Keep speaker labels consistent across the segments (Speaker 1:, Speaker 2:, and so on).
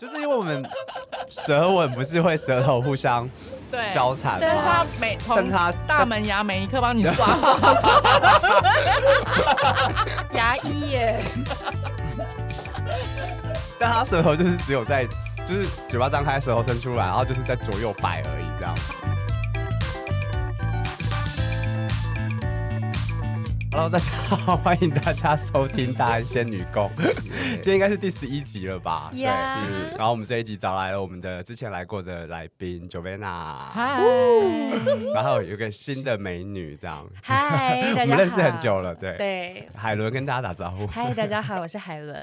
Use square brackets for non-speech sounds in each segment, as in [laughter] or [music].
Speaker 1: 就是因为我们舌吻不是会舌头互相
Speaker 2: 对，
Speaker 1: 交缠
Speaker 2: 但是他
Speaker 1: 吗？
Speaker 2: 每
Speaker 1: 但
Speaker 2: 从
Speaker 1: 他
Speaker 2: 大门牙每一刻帮你刷刷刷，
Speaker 3: 牙医耶，
Speaker 1: 但他舌头就是只有在，就是嘴巴张开，舌头伸出来，然后就是在左右摆而已，这样。Hello，大家好，欢迎大家收听《大安仙女宫》，今天应该是第十一集了吧？对。
Speaker 3: 呀
Speaker 1: 嗯然后我们这一集找来了我们的之前来过的来宾 Jovana，
Speaker 2: 嗨，
Speaker 1: 然后有个新的美女这样，
Speaker 3: 嗨，
Speaker 1: [laughs] 我
Speaker 3: 大家好，
Speaker 1: 们认识很久了，对。
Speaker 3: 对，
Speaker 1: 海伦跟大家打招
Speaker 4: [laughs]
Speaker 1: 呼。
Speaker 3: 嗨，大家好，我是海伦，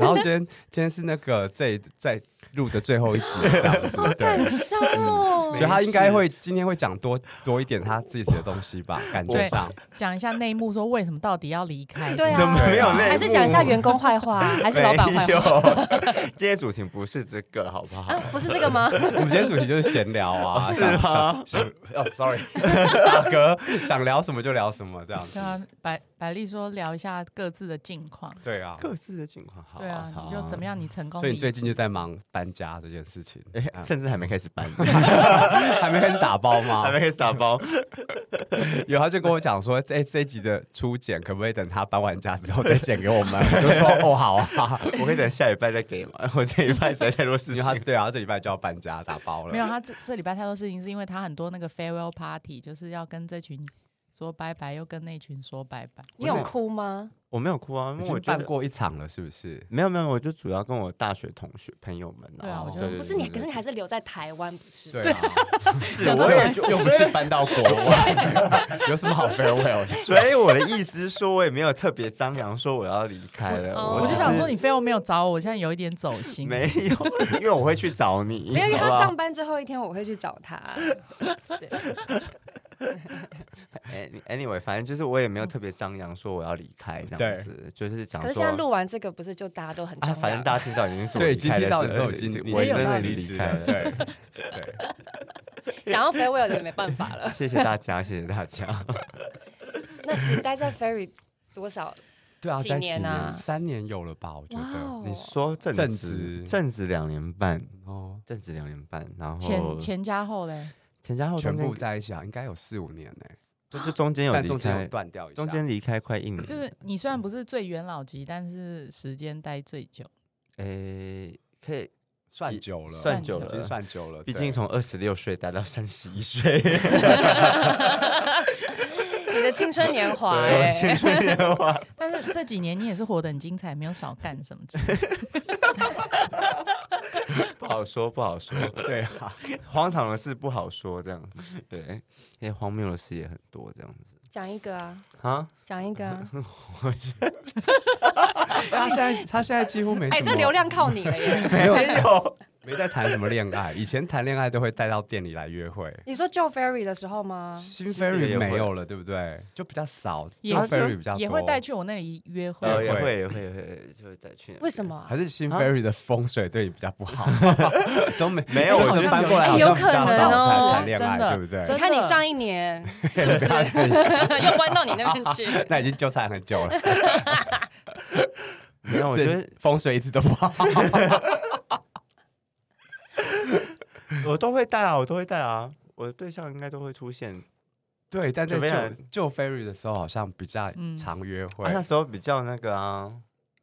Speaker 1: 然后今天今天是那个这在录的最后一集这样
Speaker 4: [laughs]
Speaker 1: 子， [laughs] 对，嗯
Speaker 3: 伤哦
Speaker 1: 所以他应该会今天会讲多多一点他自己的东西吧，感觉
Speaker 2: 对
Speaker 1: 上。
Speaker 2: 讲一下内幕，说为什么到底要离开？
Speaker 3: 对啊，
Speaker 4: 怎么没有内幕
Speaker 3: 还是讲一下员工坏话，还是老板坏
Speaker 4: 没
Speaker 3: 话？
Speaker 4: 有， [laughs] 今天主题不是这个，好不好？
Speaker 3: 啊，不是这个吗？
Speaker 1: 我们今天主题就是闲聊啊，
Speaker 4: [laughs] 哦是
Speaker 1: 想
Speaker 4: 吗
Speaker 1: 想想哦，sorry，大 [laughs] 哥想聊什么就聊什么这样
Speaker 2: 对
Speaker 1: 子。
Speaker 2: 啊，百百丽说聊一下各自的近况。
Speaker 1: 对啊，
Speaker 4: 各自的情况，好
Speaker 2: 对啊，你就怎么
Speaker 4: 样？
Speaker 2: 样？你成功
Speaker 1: 所以
Speaker 2: 离
Speaker 1: 你最近就在忙搬家这件事情，
Speaker 4: 哎甚至还没开始搬，
Speaker 1: 还没开始打包吗
Speaker 4: [laughs] 还？没开始打包，
Speaker 1: 有他就跟我讲说，这这一集的初剪可不可以等他搬完家之后再剪给我们？我就说哦好
Speaker 4: [laughs]
Speaker 1: 啊，
Speaker 4: 我可以等下礼拜再给嘛。 [laughs] 我这礼拜实在太多事
Speaker 1: 因
Speaker 4: 情
Speaker 1: 为他
Speaker 4: 了，
Speaker 1: 对啊，他这礼拜就要搬家打包了。
Speaker 2: 没有，他这这礼拜太多事情，是因为他很多那个 farewell party，就是要跟这群说拜拜，又跟那群说拜拜。
Speaker 3: [laughs] 你有哭吗？
Speaker 4: 我没有哭啊，
Speaker 1: 已
Speaker 4: 因为我
Speaker 1: 经
Speaker 4: 觉
Speaker 1: 办
Speaker 4: 得
Speaker 1: 过一场了，是不是？
Speaker 4: 没有没有，我就主要跟我大学同学朋友们
Speaker 2: 对啊我觉得
Speaker 4: 对对
Speaker 3: 不是你，可是你还是留在台湾，不是？
Speaker 1: [laughs] 对啊，
Speaker 4: 是
Speaker 2: 讲到
Speaker 4: 我也觉
Speaker 1: 又不是搬到国外，有什么好 farewell
Speaker 4: [laughs]
Speaker 1: 的？
Speaker 4: [laughs] 所以我的意思是说，我也没有特别张扬说我要离开了，
Speaker 3: 哦
Speaker 2: 我
Speaker 4: 只
Speaker 2: 就是想说，你 farewell 没有找我，我现在有一点走心。
Speaker 4: 没有，因为我会去找你，
Speaker 3: [laughs] 没有，因为
Speaker 4: 好
Speaker 3: 他
Speaker 4: 不好
Speaker 3: 上班最后一天，我会去找他。对
Speaker 4: 哎 Anyway，反正就是我也没有特别张扬说我要离开这样子，就是讲
Speaker 3: 嗯可是现在
Speaker 4: 说
Speaker 3: 录完这个，不是就大家都很
Speaker 4: 啊，
Speaker 3: 常
Speaker 4: 反正
Speaker 3: [laughs]
Speaker 4: 大家听到已经是我
Speaker 1: 对，
Speaker 4: 离
Speaker 1: 今
Speaker 4: 开
Speaker 1: 天
Speaker 4: 的
Speaker 1: 到
Speaker 4: 事
Speaker 1: 你之后
Speaker 4: 了
Speaker 1: 已经，
Speaker 4: 我
Speaker 1: 已
Speaker 4: 真
Speaker 1: 经
Speaker 4: 的
Speaker 1: 离
Speaker 4: 离
Speaker 1: 职
Speaker 4: 开
Speaker 1: 了， [laughs]
Speaker 4: 了。
Speaker 1: 对对。
Speaker 3: 想要 farewell 的也没办法了。
Speaker 4: 谢谢大家，谢谢大家。
Speaker 3: 那你待在 Ferry 多少？
Speaker 1: 对啊，哦
Speaker 3: 几
Speaker 1: 在
Speaker 3: 年啊
Speaker 1: 三年有了吧？我觉
Speaker 3: 哦
Speaker 1: 得。
Speaker 4: [laughs] 你说正
Speaker 1: 正
Speaker 4: 职
Speaker 1: 职
Speaker 4: 正职两年半，
Speaker 1: 哦，
Speaker 4: 正职两年半，然后
Speaker 2: 前前加后嘞，
Speaker 4: 前加后
Speaker 1: 全
Speaker 4: 中间
Speaker 1: 部在一起啊，应该有四五年呢，
Speaker 4: 就就中间有
Speaker 1: [laughs] 但
Speaker 4: 离
Speaker 1: 中间有
Speaker 4: 开，
Speaker 1: 断掉一下。
Speaker 4: 中间离开快一年，
Speaker 2: 就是你虽然不是最元老级，但是时间待最久。
Speaker 4: 诶，可以，
Speaker 1: 算久了，
Speaker 4: 算久
Speaker 1: 已经
Speaker 4: 了
Speaker 1: 算久了。
Speaker 4: 毕
Speaker 1: 呃对
Speaker 4: 竟从二十六岁待到三十一岁，
Speaker 3: 你的青春年华、
Speaker 4: 我
Speaker 3: 哎，
Speaker 4: 青春年华。
Speaker 2: 但是这几年你也是活得很精彩，没有少干什么之类的。
Speaker 4: 不好说，不好说，
Speaker 1: 对啊，
Speaker 4: [laughs] 荒唐的事不好说，
Speaker 3: [laughs]
Speaker 4: 这样，对，因为荒谬的事也很多，这样子
Speaker 3: 讲一个啊，
Speaker 4: 啊，
Speaker 3: 讲一个
Speaker 4: [laughs]
Speaker 3: 啊！
Speaker 1: 他现在他现在几乎没
Speaker 3: 哎、
Speaker 1: 什么
Speaker 3: 这
Speaker 1: [laughs]
Speaker 3: 流量靠你了耶！
Speaker 1: 没有没在谈什么恋爱，以前谈恋爱都会带到店里来约会。
Speaker 3: 你说 Joe Ferry 的时候吗？
Speaker 1: 新
Speaker 4: 新的
Speaker 1: ferry
Speaker 4: 也会
Speaker 1: 没有了，对不对？就比较少，
Speaker 2: 也
Speaker 1: 旧
Speaker 2: 会
Speaker 1: ferry 比较多，
Speaker 2: 也会带去我那里约会。
Speaker 4: 呃，
Speaker 1: 对
Speaker 4: 也
Speaker 1: 会
Speaker 4: 会也会也会就会再去那边。
Speaker 3: 为什么啊、
Speaker 1: 还是新
Speaker 4: 啊
Speaker 1: ferry 的风水对你比较不 [laughs] 好，都没
Speaker 4: 没有
Speaker 1: 哎
Speaker 4: 我
Speaker 1: 好像
Speaker 4: 觉得
Speaker 1: 翻过来好
Speaker 3: 有
Speaker 1: 像比较
Speaker 3: 哎有可能
Speaker 1: 少
Speaker 3: 哦
Speaker 1: 才谈恋
Speaker 2: 真的
Speaker 1: 爱，对不对
Speaker 2: 真？
Speaker 3: 你看你上一年是不
Speaker 2: [laughs]
Speaker 3: 是又弯到你那边去？
Speaker 1: 那已经纠缠很 [laughs] 久了，
Speaker 4: 没有，我觉
Speaker 1: 这
Speaker 4: 得
Speaker 1: 风水一直都不好。
Speaker 4: 我都会带啊，我都会带啊，我的对象应该都会出现。
Speaker 1: [laughs] 对，但在
Speaker 4: 准备来
Speaker 1: 旧旧 ferry 的时候好像比较
Speaker 2: 嗯
Speaker 1: 常约会
Speaker 4: 啊、，那时候比较那个啊，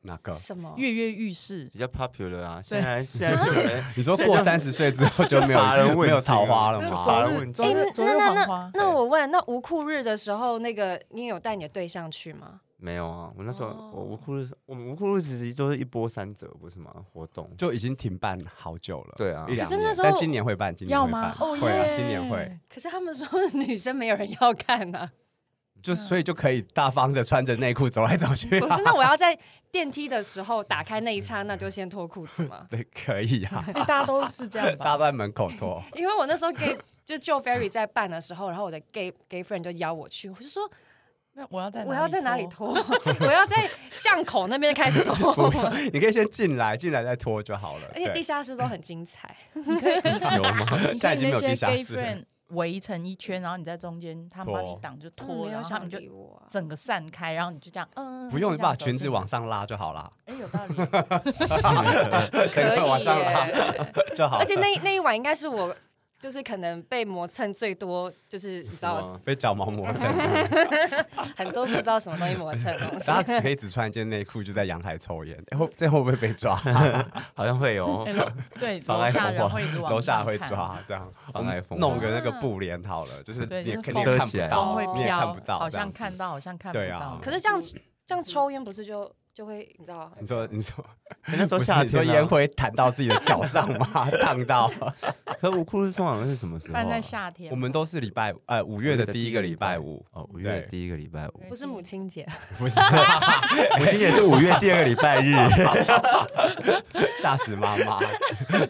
Speaker 1: 哪 [laughs] 个？
Speaker 3: 什么？
Speaker 2: 跃跃欲试，
Speaker 4: 比较 popular 啊。
Speaker 2: 对
Speaker 4: 现在现 [laughs] 在就哎没
Speaker 1: 你说
Speaker 4: 现在
Speaker 1: 过
Speaker 4: 就
Speaker 1: 三十岁之后就没有
Speaker 4: 乏人问
Speaker 1: 没有
Speaker 4: 津
Speaker 1: 桃花
Speaker 4: 了
Speaker 1: 了
Speaker 4: 那
Speaker 1: 吗？
Speaker 4: 早
Speaker 2: 昨
Speaker 4: 了
Speaker 2: 日
Speaker 4: 问
Speaker 2: 昨日昨日黄花，
Speaker 3: 那我问，那无裤日的时候，那个你有带你的对象去吗？
Speaker 4: 没有啊。我那时候、
Speaker 3: 哦
Speaker 4: 我无裤日，我们无裤日其实都是一波三折，不是吗？活动
Speaker 1: 就已经停办好久了，
Speaker 4: 对啊
Speaker 1: 一两
Speaker 3: 可是那
Speaker 1: 年
Speaker 3: 时候
Speaker 1: 但今年会办，今年
Speaker 2: 要
Speaker 1: 会
Speaker 2: 吗
Speaker 1: 办，？
Speaker 2: 哦
Speaker 1: 会啊，
Speaker 2: 耶
Speaker 1: 今年会。。
Speaker 3: 可是他们说女生没有人要看啊呢、
Speaker 2: 嗯
Speaker 1: 就所以就可以大方的穿着内裤走来
Speaker 2: [laughs]
Speaker 1: 走去、
Speaker 3: 不
Speaker 1: 啊
Speaker 3: 是，，那我要在电梯的时候打开那一刹那就先脱裤子吗？
Speaker 1: 对，可以
Speaker 2: [laughs]
Speaker 1: 啊，
Speaker 2: 哎大家都是这样
Speaker 1: 大家
Speaker 2: 吧？
Speaker 1: 都在门口脱，
Speaker 2: [laughs]
Speaker 3: 因为我那时候 gay 就 Joe Ferry 在办的时候，然后我的 gay gay friend 就邀我去，我就说
Speaker 2: 那我要在
Speaker 3: 我要在哪里
Speaker 2: 脱？
Speaker 3: 脱， [laughs] 我要在巷口那边开始 [laughs] 脱，
Speaker 1: 你可以先进来，进来再脱就好了。
Speaker 3: 而且地
Speaker 1: 对，
Speaker 3: 下室都很精彩。
Speaker 2: 你可以，
Speaker 1: 有吗？
Speaker 2: 哎
Speaker 1: [laughs] 现
Speaker 2: 你
Speaker 1: 在
Speaker 2: 可
Speaker 1: 已
Speaker 2: 以
Speaker 1: 经没有地
Speaker 2: 那些
Speaker 1: 下
Speaker 2: gay
Speaker 1: 室了。
Speaker 2: friend 围成一圈，然后你在中间，他们把你
Speaker 1: 拖
Speaker 2: 挡就
Speaker 3: 他们
Speaker 2: 拖，
Speaker 3: 嗯没
Speaker 2: 然后
Speaker 3: 有
Speaker 2: 他
Speaker 3: 想
Speaker 2: 们就
Speaker 3: 理我啊、
Speaker 2: 整个散开，然后你就这样，嗯，嗯
Speaker 1: 不用你把裙子，往
Speaker 2: 嗯
Speaker 1: 上拉就好啦，
Speaker 2: [laughs] 就这样走进去哎，有道理，
Speaker 1: 可
Speaker 3: 可以
Speaker 1: 往上拉
Speaker 3: 耶，
Speaker 1: 就好
Speaker 3: [laughs] 而。且那那一晚应该是我就是可能被磨蹭最多，就是你知道
Speaker 4: 哇
Speaker 1: 被脚毛磨
Speaker 2: [laughs]
Speaker 1: 蹭，
Speaker 3: 很多不知道什么东西磨蹭的东西。
Speaker 1: 大家可以只穿一件内裤就在阳台抽烟，哎会这会不会被抓？
Speaker 4: [laughs] 好像
Speaker 2: [laughs]
Speaker 4: 会哦
Speaker 1: [laughs]
Speaker 2: 哎。楼对，
Speaker 1: 妨
Speaker 2: 楼
Speaker 1: 碍
Speaker 2: 下
Speaker 1: 风
Speaker 2: 人
Speaker 1: 化
Speaker 2: 会一直往
Speaker 1: 楼下
Speaker 2: 上
Speaker 1: 会
Speaker 2: 看，
Speaker 1: 抓这样，我
Speaker 4: 妨碍
Speaker 1: 们
Speaker 4: 风化
Speaker 1: 弄个那个布帘好了，就是
Speaker 2: 对，
Speaker 1: 你也
Speaker 2: 就是
Speaker 1: 肯定
Speaker 2: 风
Speaker 1: 看不
Speaker 4: 遮起来
Speaker 1: 到
Speaker 2: 风，会
Speaker 3: 哦
Speaker 1: 你也看
Speaker 2: 飘
Speaker 1: 不，到，
Speaker 2: 好
Speaker 1: 这样
Speaker 2: 像
Speaker 1: 子
Speaker 2: 看到，好像看不
Speaker 1: 对啊
Speaker 2: 到。
Speaker 3: 可是
Speaker 1: [laughs]
Speaker 3: 这样这样抽烟不是就就会你知道？
Speaker 1: 你说，你说，
Speaker 4: 哎那时候
Speaker 1: 不是
Speaker 4: 夏
Speaker 1: 你说
Speaker 4: 天啊
Speaker 1: 烟，灰弹到自己的脚上 [laughs] 吗？烫到。
Speaker 4: 可无裤是通常是什么时候啊？
Speaker 2: 办在夏天，
Speaker 1: 我们都是礼拜呃五月的第一个礼拜五，
Speaker 4: 哦，五月
Speaker 1: 对
Speaker 4: 第一个礼拜五，
Speaker 3: 不是母亲节，
Speaker 1: 不是
Speaker 4: 母亲节是五月第二个礼拜 [laughs] 日。
Speaker 1: 吓死妈 [laughs] 妈，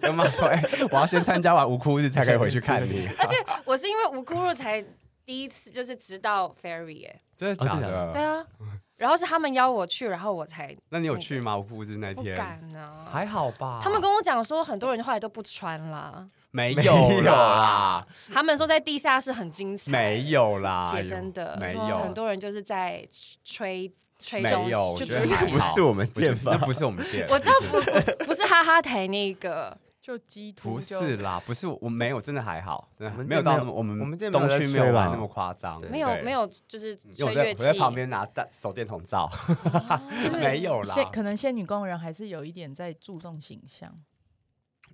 Speaker 1: 跟妈
Speaker 4: [laughs]
Speaker 1: 说，哎、我要先参加完无哭日才可以回去看你，
Speaker 3: 而且我是因为无辜入才第一次就是知道 Ferry 哎、
Speaker 1: [laughs] 真的假
Speaker 4: 哦真的
Speaker 1: 的？
Speaker 3: 对啊，然后是他们邀我去，然后我才
Speaker 1: 那你有去吗？无哭日那
Speaker 3: 不
Speaker 1: 天？
Speaker 3: 敢呢、
Speaker 1: 还好吧，
Speaker 3: 他们跟我讲说，很多人后来都不穿啦。
Speaker 1: 没
Speaker 4: 没
Speaker 1: 有
Speaker 4: 有
Speaker 1: 啦
Speaker 4: 啦，
Speaker 3: 他们说在地下室很精
Speaker 1: [laughs]
Speaker 3: 彩，
Speaker 1: 没有啦，
Speaker 3: 姐真的
Speaker 1: 没
Speaker 2: 说
Speaker 1: 有
Speaker 3: 很，多人就是在吹吹
Speaker 1: 没
Speaker 3: 中
Speaker 1: 有，我
Speaker 2: 就
Speaker 1: 觉得
Speaker 2: 不
Speaker 1: 还
Speaker 2: 是
Speaker 4: 不
Speaker 1: 好
Speaker 4: 是我们
Speaker 1: 不是
Speaker 4: 店
Speaker 1: 那
Speaker 4: 吧？
Speaker 1: 不是我们店，
Speaker 3: 我知道不不不是哈哈台那个，
Speaker 2: 就鸡突
Speaker 1: 不
Speaker 2: 就是
Speaker 1: 啦，不是我没有，真的还好，真
Speaker 4: 我
Speaker 1: 的
Speaker 4: 们
Speaker 1: 没有
Speaker 4: 店
Speaker 1: 到
Speaker 4: 没
Speaker 1: 那
Speaker 4: 有
Speaker 1: 么我们
Speaker 4: 我们店没
Speaker 1: 东
Speaker 4: 有在
Speaker 1: 区没有
Speaker 4: 吹
Speaker 1: 玩
Speaker 4: 啦
Speaker 1: 那么夸张，
Speaker 3: 没有
Speaker 1: [laughs] 对
Speaker 3: 没。有，就是
Speaker 1: 因为我
Speaker 3: 吹
Speaker 1: 在
Speaker 3: 乐
Speaker 1: 我在
Speaker 3: 器。
Speaker 1: 旁边拿大手电筒照，
Speaker 2: 就是
Speaker 1: 没有啦
Speaker 2: 仙可能仙女工人还是有一点在注重形象。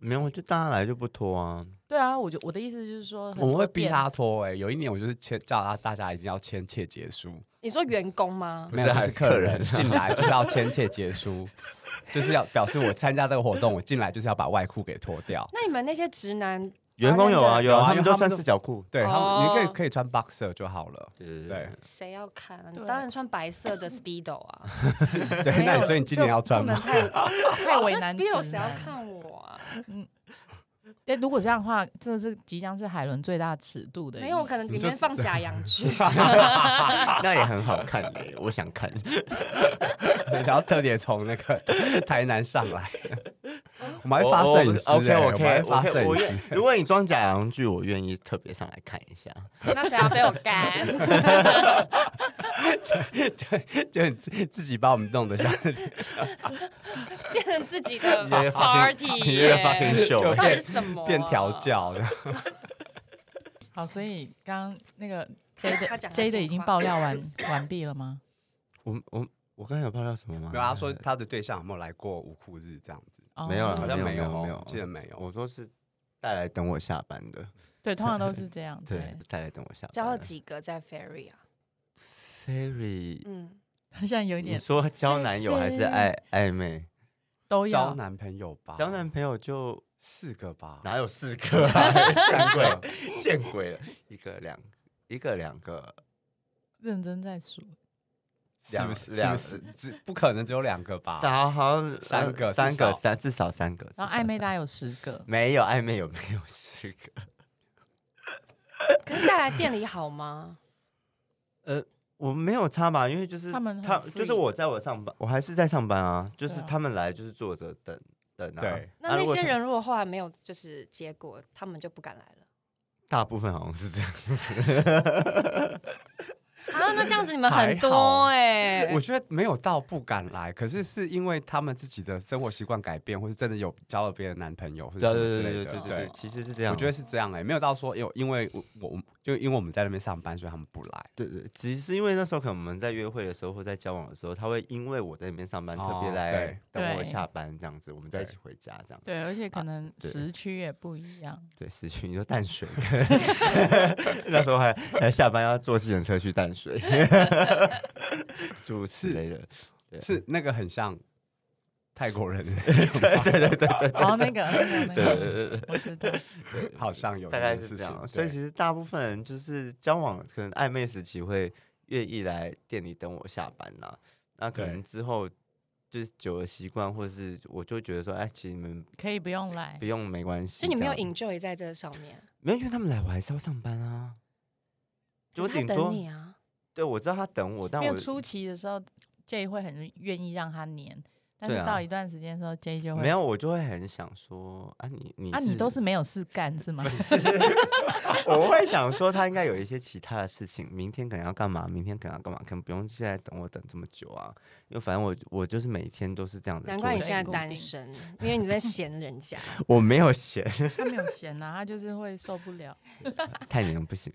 Speaker 4: 没有，就大家来就不脱啊。
Speaker 2: 对啊，我就我的意思就是说，
Speaker 1: 我们会逼他脱哎、有一年我就是签叫他大家一定要签切结书，
Speaker 3: 你说员工吗
Speaker 4: 不？
Speaker 1: 没
Speaker 4: 是
Speaker 1: 有就
Speaker 4: 还
Speaker 1: 是
Speaker 4: 是
Speaker 1: 客
Speaker 4: 客
Speaker 1: 人啊
Speaker 4: 人
Speaker 1: 进来就是要签切结书，就是要表示我参加这个活动，我进来就是要把外裤给脱掉。
Speaker 3: 那你们那些直男，
Speaker 4: 员工有啊
Speaker 1: 有
Speaker 4: 有
Speaker 1: 啊
Speaker 4: 啊，他
Speaker 1: 因为
Speaker 4: 们
Speaker 1: 他
Speaker 4: 都
Speaker 1: 们
Speaker 4: 穿
Speaker 1: 都
Speaker 4: 四角裤。
Speaker 1: 对，他们你
Speaker 3: 哦
Speaker 1: 可以可以穿 boxer 就好了。
Speaker 4: 对
Speaker 1: 对
Speaker 3: 谁要看啊？你
Speaker 2: 对
Speaker 3: 当然穿白色的 speedo 啊！
Speaker 1: [laughs] 对，那你所以你今年要穿吗？ [laughs]
Speaker 2: 太为难
Speaker 3: 我穿哦 speedo
Speaker 2: 直
Speaker 3: 谁要
Speaker 2: 男
Speaker 3: 看我啊？
Speaker 2: 哎，如果这样的话，这是即将是海伦最大尺度的一。
Speaker 3: 没有，可能里面放假洋剧。
Speaker 4: 那也很好看耶，我想 [laughs] 看。
Speaker 1: 对然后特别从那个台南上来，我们还发摄影师、欸
Speaker 4: OK
Speaker 1: 我
Speaker 4: OK，
Speaker 1: 们还发摄影
Speaker 4: 哎我
Speaker 1: 师。
Speaker 4: 愿如果你装假洋剧，我愿意特别上来看一下。
Speaker 3: [laughs]
Speaker 1: [laughs]
Speaker 3: 那谁要被我干？ [laughs]
Speaker 1: 就就你自自己把我们弄得像，
Speaker 3: 变成自己的
Speaker 4: 你也发现
Speaker 3: party，
Speaker 4: 你也发
Speaker 1: [laughs]
Speaker 4: 现
Speaker 3: 耶
Speaker 4: [laughs] 秀
Speaker 1: 就
Speaker 3: 到底是什么啊？
Speaker 1: 变调教 [laughs] 的。
Speaker 2: 好，所以刚刚那个 J
Speaker 3: [laughs] 他
Speaker 2: 的
Speaker 3: 讲
Speaker 2: J
Speaker 3: 他
Speaker 2: 的
Speaker 3: 讲
Speaker 2: 已经
Speaker 3: 话
Speaker 2: 爆料完完毕了吗？
Speaker 4: 我我我刚才有爆啊料什么吗？
Speaker 1: 没有，他说他的对象有没有来过无裤日这样子？
Speaker 2: 哦
Speaker 4: 没有啦
Speaker 1: 好像没
Speaker 4: 没有
Speaker 1: 哦
Speaker 4: 没有
Speaker 1: 记得没有。
Speaker 4: 我说是带来等我下班的，
Speaker 2: 对，通常都是这样。
Speaker 4: 对
Speaker 2: 对，， [laughs]
Speaker 4: 带来等我下班的。
Speaker 3: 交了几个在 Ferry 啊？
Speaker 4: Ferry，
Speaker 3: 嗯，
Speaker 2: 他现在有一
Speaker 4: 你
Speaker 2: 点
Speaker 4: 说交男友还是暧暧昧？
Speaker 2: 都
Speaker 1: 交
Speaker 2: 要
Speaker 1: 男朋友吧，
Speaker 4: 交男朋友就
Speaker 1: 四个吧，
Speaker 4: 哪有四个啊？ [laughs] 三个，见鬼了！一个两一个两个，
Speaker 2: 认真在数。
Speaker 1: 是不是？是
Speaker 4: 两
Speaker 1: 不是？只不可能只有两个吧？
Speaker 4: 少好像
Speaker 1: 三
Speaker 4: 呃
Speaker 1: 个
Speaker 4: 三
Speaker 1: 至少
Speaker 4: 个三至少三个。
Speaker 2: 然后
Speaker 4: 至少
Speaker 2: 暧昧
Speaker 4: 三
Speaker 2: 大概有十个，
Speaker 4: 没有暧昧有没有四个？
Speaker 3: 可是带来店里好吗？
Speaker 4: 我没有差吧，因为就是
Speaker 2: 他们
Speaker 4: 他
Speaker 2: 很 free
Speaker 4: 就是我在我上班，我还是在上班啊，就是
Speaker 2: 对啊
Speaker 4: 他们来就是坐着等等啊。
Speaker 1: 对，
Speaker 3: 那
Speaker 4: 啊
Speaker 3: 那
Speaker 4: 如果
Speaker 3: 些
Speaker 4: 他
Speaker 3: 人如果后来没有就是结果，他们就不敢来了
Speaker 4: 大部分好像是这样。
Speaker 3: 啊？那这样子你们
Speaker 1: 还
Speaker 3: 很
Speaker 1: 好
Speaker 3: 多哎、
Speaker 1: 我觉得没有到不敢来，可
Speaker 4: 嗯
Speaker 1: 是是因为他们自己的生活习惯改变，或是真的有交了别的男朋友，或者
Speaker 4: [laughs] 对
Speaker 1: 什么之
Speaker 4: 对
Speaker 1: 类
Speaker 4: 对对
Speaker 1: 的。
Speaker 4: 对对对，其实是这样。
Speaker 1: 我觉得是这样哎、没有到说有，因为我我我就因为我们在那边上班，所以他们不来。
Speaker 4: 对对，只是因为那时候可能我们在约会的时候或在交往的时候，他会因为我在那边上班，特
Speaker 1: 哦
Speaker 4: 别来
Speaker 2: 对
Speaker 4: 等我
Speaker 2: 对
Speaker 4: 下班这样子，我们再一
Speaker 1: 对
Speaker 4: 起回家这样。
Speaker 2: 对，而且可能
Speaker 4: 啊对
Speaker 2: 时区也不一
Speaker 4: [laughs]
Speaker 2: 样。
Speaker 4: 对，市区你说淡水， [laughs] 那时候还还下班要坐计程车去淡水， [laughs] 主持类的。对
Speaker 1: 是那个很像泰国人，
Speaker 4: [laughs]
Speaker 2: 然后哦那个那个那
Speaker 4: 对对
Speaker 2: 个，
Speaker 4: 对对
Speaker 2: 我知道。
Speaker 4: 对，
Speaker 1: 好像嗯有
Speaker 4: 大概
Speaker 1: 件
Speaker 4: 是
Speaker 1: 事
Speaker 4: 这
Speaker 1: 情
Speaker 4: 样。所以其
Speaker 1: 对
Speaker 4: 实大部分人就是交往，可能暧昧时期会愿意来店里等我下班呐、那可
Speaker 1: 对
Speaker 4: 能之后就是久了习惯，或是我就觉得说，哎，其实你们
Speaker 2: 可以不用来
Speaker 4: 不，用没关系。
Speaker 3: 所以你没有
Speaker 4: 这样，
Speaker 3: enjoy 在这上面，
Speaker 4: 没有，因为他们来我还是要上班啊。就
Speaker 3: 可
Speaker 4: 我
Speaker 3: 是他
Speaker 4: 顶多
Speaker 3: 等你啊。
Speaker 4: 对我知道他等我，但
Speaker 2: 因
Speaker 4: 我
Speaker 2: 为初期的时候，J 会很愿意让他黏，但是
Speaker 4: 对啊
Speaker 2: 到一段时间之后，J 就会
Speaker 4: 没有，我就会很想说啊，你你
Speaker 2: 啊，你都是没有事干是
Speaker 4: [laughs]
Speaker 2: 吗？
Speaker 3: [laughs]
Speaker 4: 我会想说，他应该有一些其他的事情，明天可能要干嘛，明天可能要干嘛，可能不用现在等我等这么久啊。因为反正我我就是每天都是这样的作
Speaker 3: 难
Speaker 4: 息。
Speaker 3: 怪你现在
Speaker 2: 对
Speaker 3: 单身，因为你在嫌人
Speaker 4: [laughs]
Speaker 3: 家。
Speaker 4: 我没有闲，
Speaker 2: 他没有闲啊，他就是会受不了。
Speaker 4: 太黏了
Speaker 3: [laughs]
Speaker 4: 不行。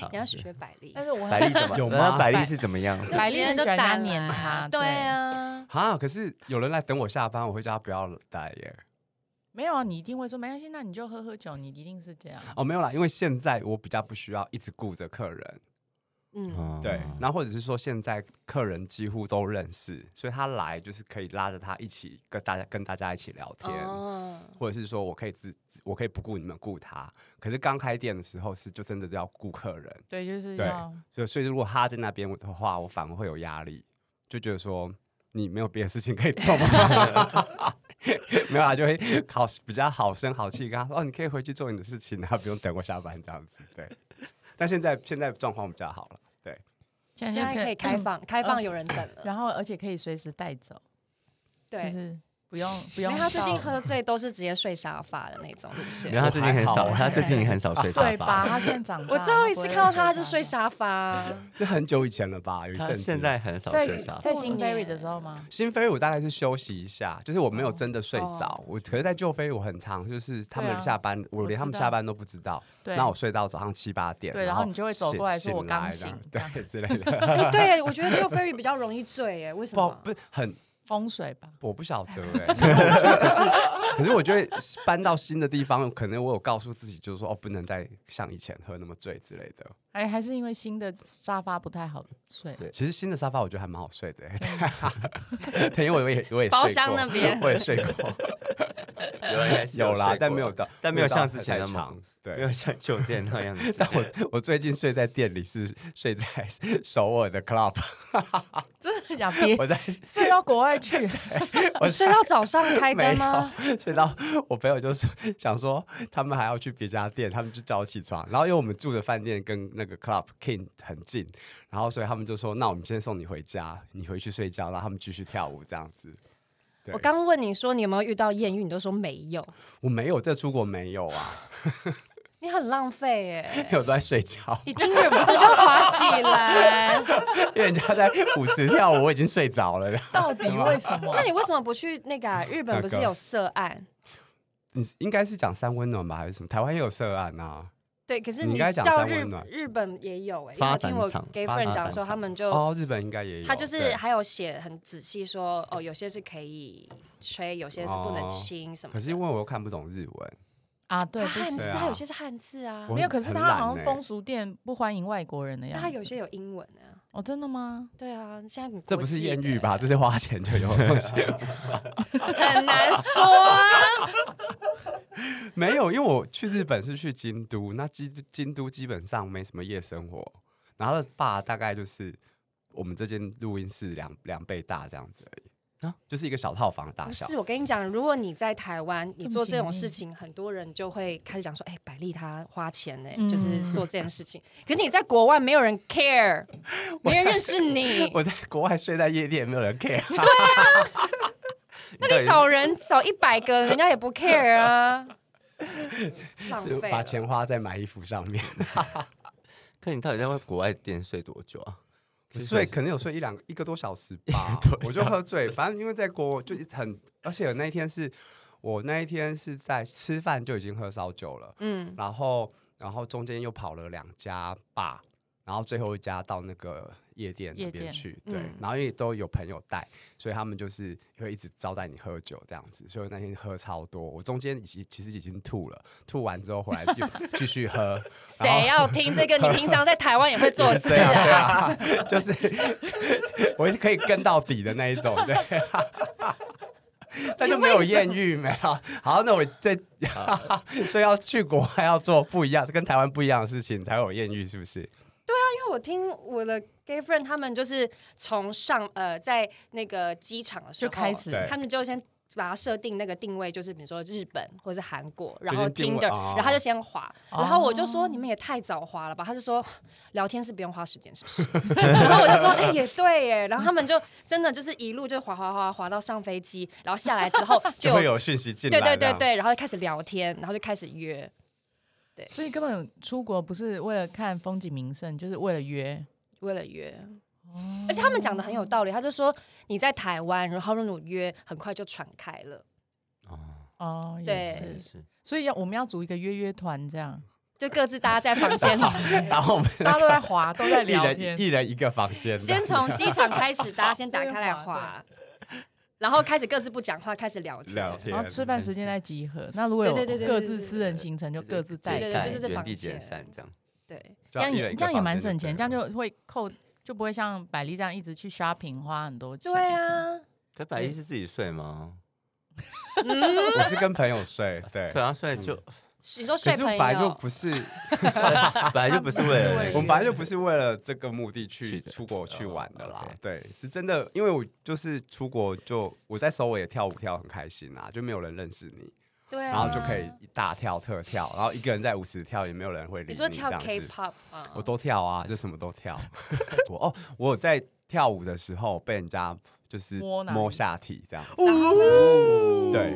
Speaker 4: 好
Speaker 3: 你要学学百丽，
Speaker 2: 但是
Speaker 4: [laughs]
Speaker 2: 我
Speaker 4: 百丽怎
Speaker 1: [laughs]
Speaker 4: 么
Speaker 1: 有
Speaker 4: 那
Speaker 1: 吗
Speaker 4: 百丽是怎么样？
Speaker 2: 百丽很喜欢他黏
Speaker 3: 他，
Speaker 2: 他
Speaker 3: 对
Speaker 2: 对 [laughs]
Speaker 3: 啊，
Speaker 1: 哈，可是有人来等我下班，我会叫他不要来耶。
Speaker 2: [laughs] 没有啊，你一定会说没关系，那你就喝喝酒，你一定是
Speaker 4: [laughs]
Speaker 2: 这样。
Speaker 1: 哦，没有啦，因为现在我比较不需要一直顾着客人，
Speaker 3: 嗯，
Speaker 4: 哦
Speaker 1: 对，然后或者是说现在客人几乎都认识，所以他来就是可以拉着他一起跟大家跟大家一起聊天。
Speaker 3: 哦，
Speaker 1: 或者是说我可以自自我可以不顾你们顾他，可是刚开店的时候是就真的要顾客人，
Speaker 2: 对，就是
Speaker 1: 对
Speaker 2: 要
Speaker 1: 所以所以如果他在那边的话，我反而会有压力，就觉得说你没有别的事情可以做吗？ [laughs] 没有啊，就会好比较好声好气跟他说哦，你可以回去做你的事情啊，不用等我下班这样子。对，但现在现在状况比较好了，对，
Speaker 2: 现
Speaker 3: 现在可以
Speaker 2: 嗯
Speaker 3: 开。放，开
Speaker 2: 哦
Speaker 3: 放有人等了。
Speaker 2: 然后，而且可以随时带走，就
Speaker 3: 对，
Speaker 2: 是不用不
Speaker 3: 因
Speaker 2: 用
Speaker 3: 为
Speaker 2: 到。
Speaker 3: 他最近喝醉都是直接睡沙发的那种
Speaker 4: [laughs]
Speaker 3: 路
Speaker 4: 然
Speaker 3: 线。
Speaker 4: 后他最近很
Speaker 1: 我
Speaker 4: 少，
Speaker 1: 还哎
Speaker 2: 好
Speaker 4: 他最近
Speaker 1: [laughs]
Speaker 4: 很少睡沙
Speaker 2: 对吧？
Speaker 4: 发。
Speaker 2: 他现在长大，
Speaker 3: [laughs] 我最后一次看到他就睡
Speaker 2: 睡
Speaker 3: 沙发，
Speaker 2: 啊
Speaker 1: 那很久以前了吧，有一阵
Speaker 4: 他
Speaker 1: 子。
Speaker 4: 现在很少
Speaker 2: 在
Speaker 4: 睡沙发。
Speaker 2: 在新 Berry 的时候吗？
Speaker 1: 新飞我大概是休息一下，就是我没有真的睡
Speaker 3: 哦
Speaker 1: 着，我可是，在旧飞我很长，就是他
Speaker 2: 对
Speaker 1: 们
Speaker 2: 啊
Speaker 1: 下班，我
Speaker 2: 我
Speaker 1: 连他
Speaker 2: 知
Speaker 1: 们
Speaker 2: 道
Speaker 1: 下班都不知道，
Speaker 2: 对，
Speaker 1: 那我睡到早上七八点，
Speaker 2: 对然后你就会走过来说我刚
Speaker 1: 来
Speaker 2: 醒
Speaker 1: 这样对之类
Speaker 2: [laughs]
Speaker 1: 的，
Speaker 3: 哎，对，我觉得 Joe Ferry 比较容易醉，哎，为什
Speaker 1: 不
Speaker 3: 么？
Speaker 1: 不很，
Speaker 2: 风水吧。
Speaker 1: 我不晓
Speaker 3: [laughs]
Speaker 1: 得哎、 [laughs] 可是可是我觉得搬到新的地方，可能我有告诉自己，就是说哦，不能再像以前喝那么醉之类的。
Speaker 2: 哎，还是因为新的沙发不太好睡。
Speaker 4: 对
Speaker 1: 其实新的沙发我觉得还蛮好睡的、欸， [laughs] 对，因为我也我也
Speaker 3: 包
Speaker 1: 睡
Speaker 3: 厢
Speaker 1: 过
Speaker 3: 那边
Speaker 1: [laughs] 我也睡过，
Speaker 4: 有人还是
Speaker 1: 有啦
Speaker 4: 睡，
Speaker 1: 但
Speaker 4: 过
Speaker 1: 没有到，
Speaker 4: 但没有
Speaker 1: 到
Speaker 4: 像之前
Speaker 1: 太
Speaker 4: 那么
Speaker 1: 长，对，
Speaker 4: 没有像酒店那样子。
Speaker 1: [laughs] 但我我最近睡在店里是睡在 [laughs] 首尔的 club，
Speaker 2: 真的假的？别
Speaker 1: 我在
Speaker 2: 睡到国外去，
Speaker 3: [laughs] 你睡到早上开
Speaker 1: 没 [laughs]
Speaker 3: 灯吗？
Speaker 1: 有睡到我朋友就是 [laughs] 想说他们还要去别家店，他们就叫我起床。然后因为我们住的饭店跟那个 club King 很近，然后所以他们就说那我们先送你回家，你回去睡觉，然后他们继续跳舞这样子。对
Speaker 3: 我刚问你说你有没有遇到艳遇，你都说没有，
Speaker 1: 我没有，这出国没有啊，
Speaker 3: 你很浪费哎
Speaker 1: 因。为我都在睡觉，
Speaker 3: [laughs] 你听忍不住就滑起
Speaker 1: [laughs]
Speaker 3: 来，
Speaker 1: 因为人家在舞池跳舞，我已经睡着了。 [laughs]
Speaker 2: 到底为什么
Speaker 3: 那？你为什么不去那个啊、日本？不是
Speaker 1: 哪个
Speaker 3: 有涉案？
Speaker 1: 你应该是讲三温暖吧，还是什么？台湾也有涉案啊。
Speaker 3: 对，可是
Speaker 1: 你
Speaker 3: 你
Speaker 1: 应该讲
Speaker 3: 到
Speaker 1: 三
Speaker 3: 日
Speaker 1: 温暖
Speaker 3: 日本也有哎、
Speaker 4: 发
Speaker 3: 因
Speaker 4: 展
Speaker 3: 为我听
Speaker 4: 场
Speaker 3: 我给
Speaker 1: 发
Speaker 3: friend
Speaker 1: 展
Speaker 3: 讲的时候，
Speaker 4: 场
Speaker 3: 他们就、
Speaker 1: 哦，日本应该也有。
Speaker 3: 他就是
Speaker 1: 对
Speaker 3: 还有写很仔细说哦，有些是可以吹，有些是不能
Speaker 1: 哦
Speaker 3: 亲什么的。
Speaker 1: 可是因为我又看不懂日文，
Speaker 2: 啊，对，
Speaker 3: 它
Speaker 2: 不
Speaker 3: 汉
Speaker 2: 行
Speaker 3: 字，
Speaker 1: 对啊
Speaker 3: 它有些是汉字啊
Speaker 1: 我，
Speaker 2: 没有。可是
Speaker 1: 很
Speaker 2: 他
Speaker 1: 懒
Speaker 2: 好像
Speaker 1: 欸
Speaker 2: 风俗店不欢迎外国人的
Speaker 3: 那
Speaker 2: 样子。
Speaker 3: 它有些有英文啊。
Speaker 2: 哦，真的吗？
Speaker 3: 对啊，现在很
Speaker 1: 这
Speaker 3: 国
Speaker 1: 不是
Speaker 3: 际
Speaker 1: 艳
Speaker 3: 的
Speaker 1: 遇
Speaker 3: 欸
Speaker 1: 吧？？这是花钱就有的东西。
Speaker 3: [laughs] 很难说啊。
Speaker 1: [laughs] 没有，因为我去日本是去京都，那京京都基本上没什么夜生活，然后吧大概就是我们这间录音室两两倍大这样子而已，
Speaker 4: 啊
Speaker 1: 就是一个小套房的大
Speaker 3: 不
Speaker 1: 小。
Speaker 3: 哦是，我跟你讲，如果你在台湾，你
Speaker 2: 这么
Speaker 3: 做这
Speaker 2: 紧
Speaker 3: 种
Speaker 2: 密
Speaker 3: 事情，很多人就会开始讲说，哎、百丽她花钱呢、
Speaker 2: 嗯
Speaker 3: 就是做这件事情。可是你在国外，没有人 care，没
Speaker 1: [laughs]
Speaker 3: 人认识你，
Speaker 1: 我在国外睡在夜店，没有人 care，
Speaker 4: 那
Speaker 3: 那你找人找一百个，人家也不 care
Speaker 1: [laughs]
Speaker 3: 啊，浪
Speaker 1: 就
Speaker 3: 费
Speaker 1: 把
Speaker 3: 了。
Speaker 1: 钱花在买衣服上
Speaker 4: [laughs]
Speaker 1: 面。
Speaker 4: 可你到底在外国外店睡多久啊？
Speaker 1: 睡可能有睡一两一个多小时
Speaker 4: [laughs]
Speaker 1: 吧
Speaker 4: 多小，时
Speaker 1: 我就喝醉。反正因为在国就很，而且那一天是我那一天是在吃饭就已经喝烧酒了，
Speaker 3: 嗯，
Speaker 1: 然后然后中间又跑了两家吧，然后最后一家到那个夜店那
Speaker 2: 夜
Speaker 1: 边
Speaker 2: 店
Speaker 1: 去，
Speaker 3: 嗯
Speaker 1: 对，然后因为都有朋友带，所以他们就是会一直招待你喝酒这样子，所以我那天喝超多，我中间已经其实已经吐了，吐完之后回来就继续喝，然后
Speaker 3: 谁要听这个？你平常在台湾也会做事
Speaker 1: [laughs] 对啊，对
Speaker 3: 啊？
Speaker 1: 啊， [laughs] 就是我可以跟到底的那一种，对、啊 [laughs] 但就没有艳遇，没有。啊好，那我这， [laughs] 所以要去国外要做不一样，跟台湾不一样的事情，才会有艳遇，是不是？
Speaker 3: 因为我听我的 gay friend 他们就是从上呃在那个机场的时候
Speaker 2: 就开始
Speaker 1: 对
Speaker 3: 他们就先把它设定那个定位，就是比如说日本或者是韩国，然后
Speaker 1: 先定位
Speaker 3: Tinder，、
Speaker 1: 哦
Speaker 3: 然后他就先滑，
Speaker 2: 哦
Speaker 3: 然后我就说你们也太早滑了吧，他就说聊天是不用花时间，是不是？ [laughs] 然后我就说哎、也对耶，然后他们就真的就是一路就滑滑滑滑到上飞机，然后下来之后
Speaker 1: [laughs]
Speaker 3: 就
Speaker 1: 就会有讯息进来。
Speaker 3: 对对对
Speaker 1: 这样，
Speaker 3: 对，然后就开始聊天，然后就开始约，
Speaker 2: 所以根本出国不是为了看风景名胜，就是为了约。
Speaker 3: 为了约。而且他们讲的很有道理，他就说你在台湾，然后那种约很快就传开了，
Speaker 2: 哦，也
Speaker 3: 对
Speaker 2: 是
Speaker 4: 是，是，
Speaker 2: 所以要我们要组一个约约团，这样
Speaker 3: 就各自大家在房间里面
Speaker 1: 然后我们
Speaker 2: 大家都在滑，都在
Speaker 1: 一
Speaker 2: 聊天
Speaker 1: 人一。人一个房间，
Speaker 3: 先从机场开始，大家先打 [laughs] 开来
Speaker 2: 对
Speaker 3: 滑，然后开始各自不讲话，开始聊天。
Speaker 1: 聊天，
Speaker 2: 然后吃饭时间再集合。那如果有
Speaker 3: 对对对对
Speaker 2: 各
Speaker 3: 对对
Speaker 2: 自
Speaker 3: 对
Speaker 2: 私人行程，就各自带
Speaker 3: 对对
Speaker 2: 带
Speaker 3: 对就是在
Speaker 4: 原
Speaker 3: 房
Speaker 4: 地解
Speaker 3: 间
Speaker 4: 散这样。
Speaker 3: 对，
Speaker 1: 这
Speaker 2: 这样也这样也蛮省钱，这样
Speaker 1: 就
Speaker 2: 就会扣，就不会像百丽这样一直去 shopping 花很多钱。
Speaker 3: 对，啊，
Speaker 4: 可百亿是自己睡吗？
Speaker 3: 嗯，
Speaker 1: 我是跟朋友睡，对嗯
Speaker 4: 对。啊，睡就
Speaker 3: 你说
Speaker 1: 可
Speaker 3: [laughs] 睡
Speaker 1: 是
Speaker 3: 朋
Speaker 1: 本来就
Speaker 3: 友，
Speaker 1: 不是，
Speaker 4: 啊本来就不是
Speaker 3: [laughs]
Speaker 4: 为了
Speaker 1: 我
Speaker 4: 那个
Speaker 1: 们本来就不是为了这个目的去
Speaker 4: 去的
Speaker 1: 出国去玩的啦
Speaker 4: 哦，OK。
Speaker 1: 对，是真的，因为我就是出国就我在首尔也跳舞跳得很开心啊，就没有人认识你，
Speaker 3: 对啊，
Speaker 1: 然后就可以一大跳特跳，然后一个人在舞池跳也没有人会理
Speaker 3: 你说跳
Speaker 1: 这样子
Speaker 3: K-pop 啊，
Speaker 1: 我都跳啊，就什么都跳。 [laughs] 我哦，我有在跳舞的时候被人家就是
Speaker 2: 摸哪里
Speaker 1: 摸下体这样子，
Speaker 3: 然后
Speaker 1: 对，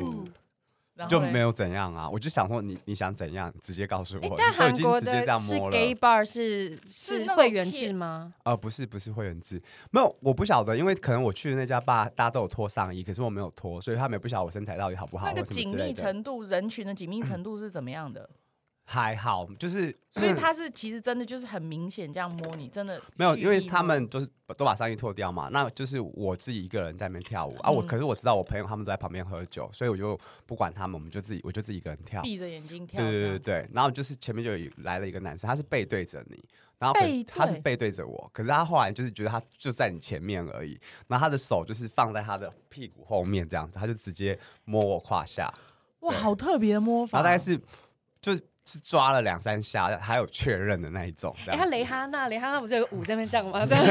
Speaker 2: 然后
Speaker 1: 就
Speaker 2: 嘞
Speaker 1: 没有怎样啊。我就想说你你想怎样，直接告诉
Speaker 3: 诶
Speaker 1: 我。
Speaker 3: 但
Speaker 1: 你都已
Speaker 3: 韩
Speaker 1: 经
Speaker 3: 国
Speaker 1: 直接这
Speaker 3: 的
Speaker 1: 样
Speaker 3: 是
Speaker 1: 摸了。
Speaker 3: gay bar 是
Speaker 2: 是
Speaker 3: 是
Speaker 2: 那种
Speaker 3: 会员
Speaker 2: kid-
Speaker 3: 制吗？
Speaker 1: 呃，不是不是会员制，没有，我不晓得，因为可能我去的那家吧，大家都有脱上衣，可是我没有脱，所以他们也不晓得我身材到底好不好，
Speaker 2: 那个
Speaker 1: 或什么
Speaker 2: 紧
Speaker 1: 之类
Speaker 2: 密
Speaker 1: 的。
Speaker 2: 程度，人群的紧密程度是怎么
Speaker 1: [clears throat]
Speaker 2: 样的？
Speaker 1: 还好，就是
Speaker 2: 所以他是其实真的就是很明显这样摸你，真的
Speaker 1: 没有，
Speaker 2: 蓄
Speaker 1: 因为
Speaker 2: 意
Speaker 1: 他
Speaker 2: 摸
Speaker 1: 们就是都把上衣脱掉嘛，那就是我自己一个人在那边跳舞啊。我
Speaker 2: 嗯
Speaker 1: 可是我知道我朋友他们都在旁边喝酒，所以我就不管他们，我们就自己我就自己一个人跳。
Speaker 2: 闭着眼睛跳
Speaker 1: 对
Speaker 2: 这
Speaker 1: 对
Speaker 2: 样，
Speaker 1: 对对对，然后就是前面就有来了一个男生，他是背对着你，然后可是
Speaker 2: 背对
Speaker 1: 他是背对着我，可是他后来就是觉得他就在你前面而已，然后他的手就是放在他的屁股后面这样子，他就直接摸我胯下，
Speaker 2: 哇，
Speaker 1: 对
Speaker 2: 好特别的摸法
Speaker 1: 然
Speaker 2: 哦，
Speaker 1: 后大概是就是是抓了两三下，还有确认的那一种。这
Speaker 3: 哎，
Speaker 1: 样
Speaker 3: 他
Speaker 1: 子
Speaker 3: 蕾哈娜，蕾哈娜不是有个舞在那边这样
Speaker 1: [laughs]
Speaker 3: 吗？这样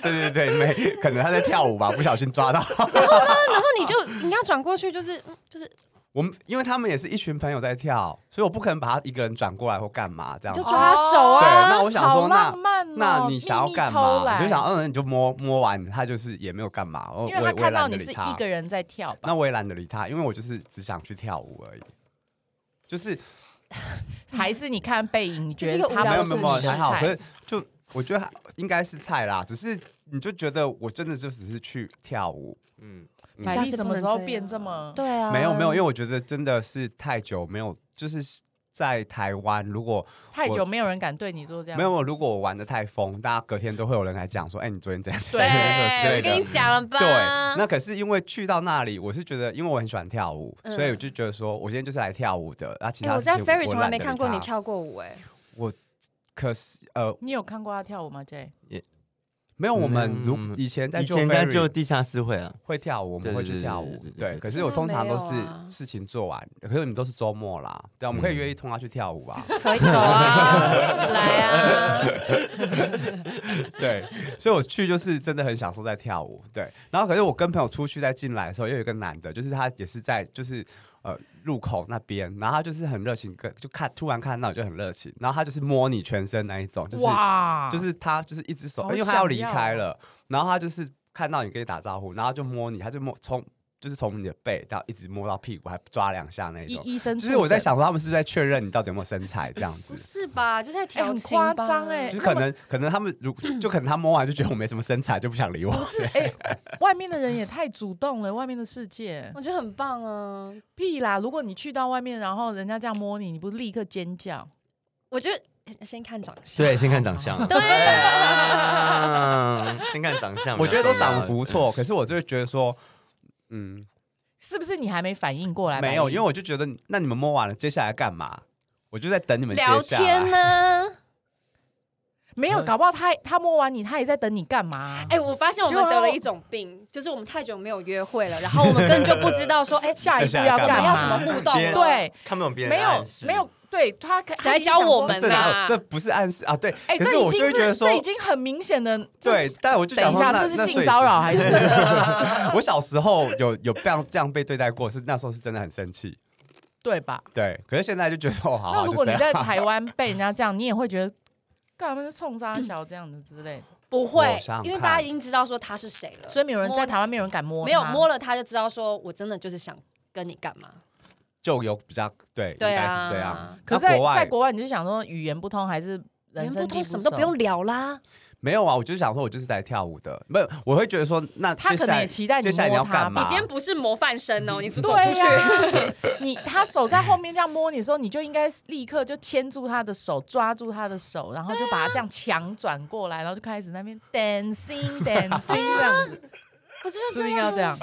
Speaker 1: 对对对，没可能他在跳舞吧，不小心抓到。 [laughs]
Speaker 3: 然后你就你要转过去，就是嗯就是
Speaker 1: 我们因为他们也是一群朋友在跳，所以我不可能把他一个人转过来或干嘛这样
Speaker 3: 就
Speaker 1: 子。
Speaker 2: 哦
Speaker 3: 抓手啊
Speaker 1: 对那我想说
Speaker 2: 好
Speaker 1: 那
Speaker 2: 浪漫哦
Speaker 1: 那你想要
Speaker 2: 秘密
Speaker 1: 干
Speaker 2: 偷
Speaker 1: 嘛？
Speaker 2: 来
Speaker 1: 你就想，嗯，你就摸摸完，他就是也没有干嘛，哦我我
Speaker 2: 因为他
Speaker 1: 也我也
Speaker 2: 看到
Speaker 1: 懒得
Speaker 2: 你是
Speaker 1: 理他
Speaker 2: 一。个人在
Speaker 1: [laughs]
Speaker 2: 跳吧，
Speaker 1: 那我也懒得理他，因为我就是只想去跳舞而已。就是
Speaker 2: 还是你看背影，你觉得
Speaker 3: 这是个
Speaker 2: 他
Speaker 3: 无
Speaker 1: 没
Speaker 3: 聊
Speaker 1: 有
Speaker 2: 不
Speaker 1: 没有
Speaker 2: 是你
Speaker 1: 没有
Speaker 2: 的
Speaker 1: 还好，可
Speaker 2: 菜
Speaker 1: 是？就我觉得还应该是菜啦，只是你就觉得我真的就只是去跳舞，
Speaker 4: 嗯，
Speaker 2: 百
Speaker 3: 下
Speaker 2: 丽
Speaker 3: 次
Speaker 2: 什
Speaker 3: 不
Speaker 2: 么
Speaker 3: 能
Speaker 2: 时候
Speaker 3: 这
Speaker 2: 变
Speaker 3: 样
Speaker 2: 这么？
Speaker 3: 对啊，
Speaker 1: 没有没有，因为我觉得真的是太久没有，就是在台湾如果
Speaker 2: 太久没有人敢对你做这样，
Speaker 1: 没有，如果我玩的太疯，大家隔天都会有人来讲说，哎、你昨天怎样怎 [laughs]
Speaker 2: 对
Speaker 1: 样怎样之
Speaker 3: 对，
Speaker 1: 类
Speaker 3: 我跟你
Speaker 1: 的。
Speaker 3: 讲了吧，
Speaker 1: 对，那可是因为去到那里，我是觉得，因为我很喜欢跳舞，
Speaker 3: 嗯
Speaker 1: 所以我就觉得说，我今天就是来跳舞的。啊，其
Speaker 3: 哎、
Speaker 1: 他
Speaker 3: 我
Speaker 1: 事情
Speaker 3: 在 Ferry 从来
Speaker 1: 懒
Speaker 3: 没
Speaker 1: 得
Speaker 3: 看
Speaker 1: 理
Speaker 3: 过你
Speaker 1: 他。
Speaker 3: 跳过舞、哎，
Speaker 1: 可是呃，
Speaker 2: 你有看过他跳舞吗？J
Speaker 1: 没有，我们
Speaker 4: 嗯
Speaker 1: 如以前在
Speaker 4: 以
Speaker 1: 旧
Speaker 4: 前在就
Speaker 1: Ferry
Speaker 4: 地下室会啊，
Speaker 1: 会跳舞，我们会去
Speaker 4: 对对对
Speaker 1: 跳舞
Speaker 4: 对对对。
Speaker 1: 对，
Speaker 4: 对
Speaker 1: 可是我通常都是
Speaker 3: 真的没有啊
Speaker 1: 事情做完，可是你们都是周末啦。对啊，我们可以
Speaker 4: 嗯
Speaker 1: 约一通啊去跳舞啊。
Speaker 3: [laughs] 可以走
Speaker 1: [laughs]
Speaker 3: 啊，来啊，
Speaker 1: 对，所以我去就是真的很享受在跳舞。对，然后可是我跟朋友出去再进来的时候，又有一个男的，就是他也是在就是呃入口那边，然后他就是很热情，跟就看突然看到你就很热情，然后他就是摸你全身那一种，就是
Speaker 2: 哇，
Speaker 1: 就是他就是一只手，
Speaker 2: 好
Speaker 1: 因为他要离
Speaker 2: 想要
Speaker 1: 开了，然后他就是看到你跟你打招呼，然后就摸你，他就摸从就是从你的背到一直摸到屁股，还抓两下那一
Speaker 2: 医
Speaker 1: 种。
Speaker 2: 医生触
Speaker 1: 就
Speaker 2: 诊，
Speaker 1: 是我在想说，他们是不是在确认你到底有没有身材这样子
Speaker 3: 不？是吧？就是在
Speaker 2: 哎
Speaker 3: 调
Speaker 2: 很
Speaker 3: 情吧、
Speaker 2: 夸张哎
Speaker 1: 就是
Speaker 2: 那
Speaker 1: 可
Speaker 2: 么嗯
Speaker 1: 能可能他们如就可能他摸完就觉得我没什么身材，就不想理我。
Speaker 2: 不是，哎、外面的人也太主动了，外面的世界
Speaker 3: 我觉得很棒啊，
Speaker 2: 屁啦！如果你去到外面，然后人家这样摸你，你不立刻尖叫？
Speaker 3: 我觉得先看长
Speaker 1: [laughs]
Speaker 3: 相，
Speaker 4: 对，先看长相，
Speaker 3: 对啊，
Speaker 4: 嗯， [laughs] 先看长相，
Speaker 1: 我啊觉得都
Speaker 4: 比较重要
Speaker 1: 长得不错，可是我就会觉得说，嗯，
Speaker 2: 是不是你还没反应过来？
Speaker 1: 没有，因为
Speaker 2: 为
Speaker 1: 我就觉得那你们摸完了，接下来干嘛？我就在等你们接
Speaker 3: 聊
Speaker 1: 下
Speaker 3: 天
Speaker 1: 来。
Speaker 3: 呢、
Speaker 2: 没
Speaker 1: 嗯
Speaker 2: 有，搞不好他他摸完你，他也在等你干嘛？
Speaker 3: 哎、我发现我们得了一种病，就是我们太久没有约会了，然后我们根本就不知道说，哎、
Speaker 2: 下一步
Speaker 1: [laughs] 接下来
Speaker 2: 要
Speaker 1: 干
Speaker 3: 我
Speaker 2: 干
Speaker 3: 们
Speaker 1: 嘛
Speaker 3: 要怎么
Speaker 2: 嘛？ [laughs]
Speaker 3: 互动？
Speaker 4: 别
Speaker 3: 对，
Speaker 2: 对，
Speaker 4: 啊看不懂别人
Speaker 2: 没
Speaker 4: 的
Speaker 2: 有
Speaker 4: 暗示，
Speaker 2: 没有对他可，
Speaker 3: 谁
Speaker 2: 他
Speaker 3: 来
Speaker 2: 已经
Speaker 3: 教
Speaker 2: 想
Speaker 3: 我
Speaker 2: 说
Speaker 3: 们
Speaker 1: 这
Speaker 3: 啊
Speaker 1: 哪有这不是暗示啊？对，
Speaker 2: 哎，
Speaker 1: 可是
Speaker 2: 这已
Speaker 1: 我
Speaker 2: 经
Speaker 1: 就会觉得
Speaker 2: 是
Speaker 1: 说
Speaker 2: 这已，经很明显的，这
Speaker 1: 对
Speaker 2: 是，
Speaker 1: 但我就
Speaker 2: 等
Speaker 1: 想
Speaker 2: 一
Speaker 1: 说
Speaker 2: 下，
Speaker 1: 那
Speaker 2: 这是
Speaker 1: 那所
Speaker 2: 性
Speaker 1: 以
Speaker 2: 骚扰还是？
Speaker 1: [laughs] 我小时候有有这样这样被对待过，是那时候是真的很生气。
Speaker 2: 对吧？
Speaker 1: 对，可是现在就觉得哦，好
Speaker 2: 那
Speaker 1: 好
Speaker 2: 如果
Speaker 1: 就这
Speaker 2: 你
Speaker 1: 样。
Speaker 2: 在台湾被人家这样，你也会觉得干嘛是
Speaker 1: [laughs]
Speaker 2: 冲杀小这样的之类的，
Speaker 3: 不会
Speaker 1: 我想想，
Speaker 3: 因为
Speaker 1: 看
Speaker 3: 大家已经知道说他是谁了，
Speaker 2: 所以没有人在
Speaker 3: 摸
Speaker 2: 台湾，没有人敢摸他，
Speaker 3: 没有摸了他就知道说我真的就是想跟你干嘛。
Speaker 1: 就有比较对，
Speaker 3: 对
Speaker 1: 应该
Speaker 3: 啊
Speaker 1: 是这样。
Speaker 2: 可是
Speaker 1: 那
Speaker 2: 在
Speaker 1: 国
Speaker 2: 在
Speaker 1: 外
Speaker 2: 国外，你就想说语言不通还是人
Speaker 3: 人
Speaker 2: 生
Speaker 3: 不
Speaker 2: 地
Speaker 3: 通，什么都不
Speaker 2: 熟
Speaker 3: 用聊啦。
Speaker 1: 没有啊，我就是想说，我就是来跳舞的，没有，我会觉得说，那
Speaker 2: 他
Speaker 1: 接
Speaker 2: 可
Speaker 1: 下
Speaker 2: 能
Speaker 1: 来
Speaker 2: 也期待你
Speaker 1: 接下来你
Speaker 2: 摸
Speaker 1: 要
Speaker 2: 他
Speaker 1: 干
Speaker 3: 你
Speaker 1: 嘛
Speaker 2: 吧。
Speaker 3: 今天不是模范生哦，你是走出
Speaker 2: 对啊
Speaker 1: [laughs]
Speaker 3: 去。
Speaker 2: 呀、 [laughs] 你他手在后面这样摸你的时候，你就应该立刻就牵住他的手，抓住他的手，然后就把他这样强转过来，然后就开始那边 dancing [laughs] dancing 这样子，
Speaker 3: 不是
Speaker 2: [laughs] 是不是应该要这样？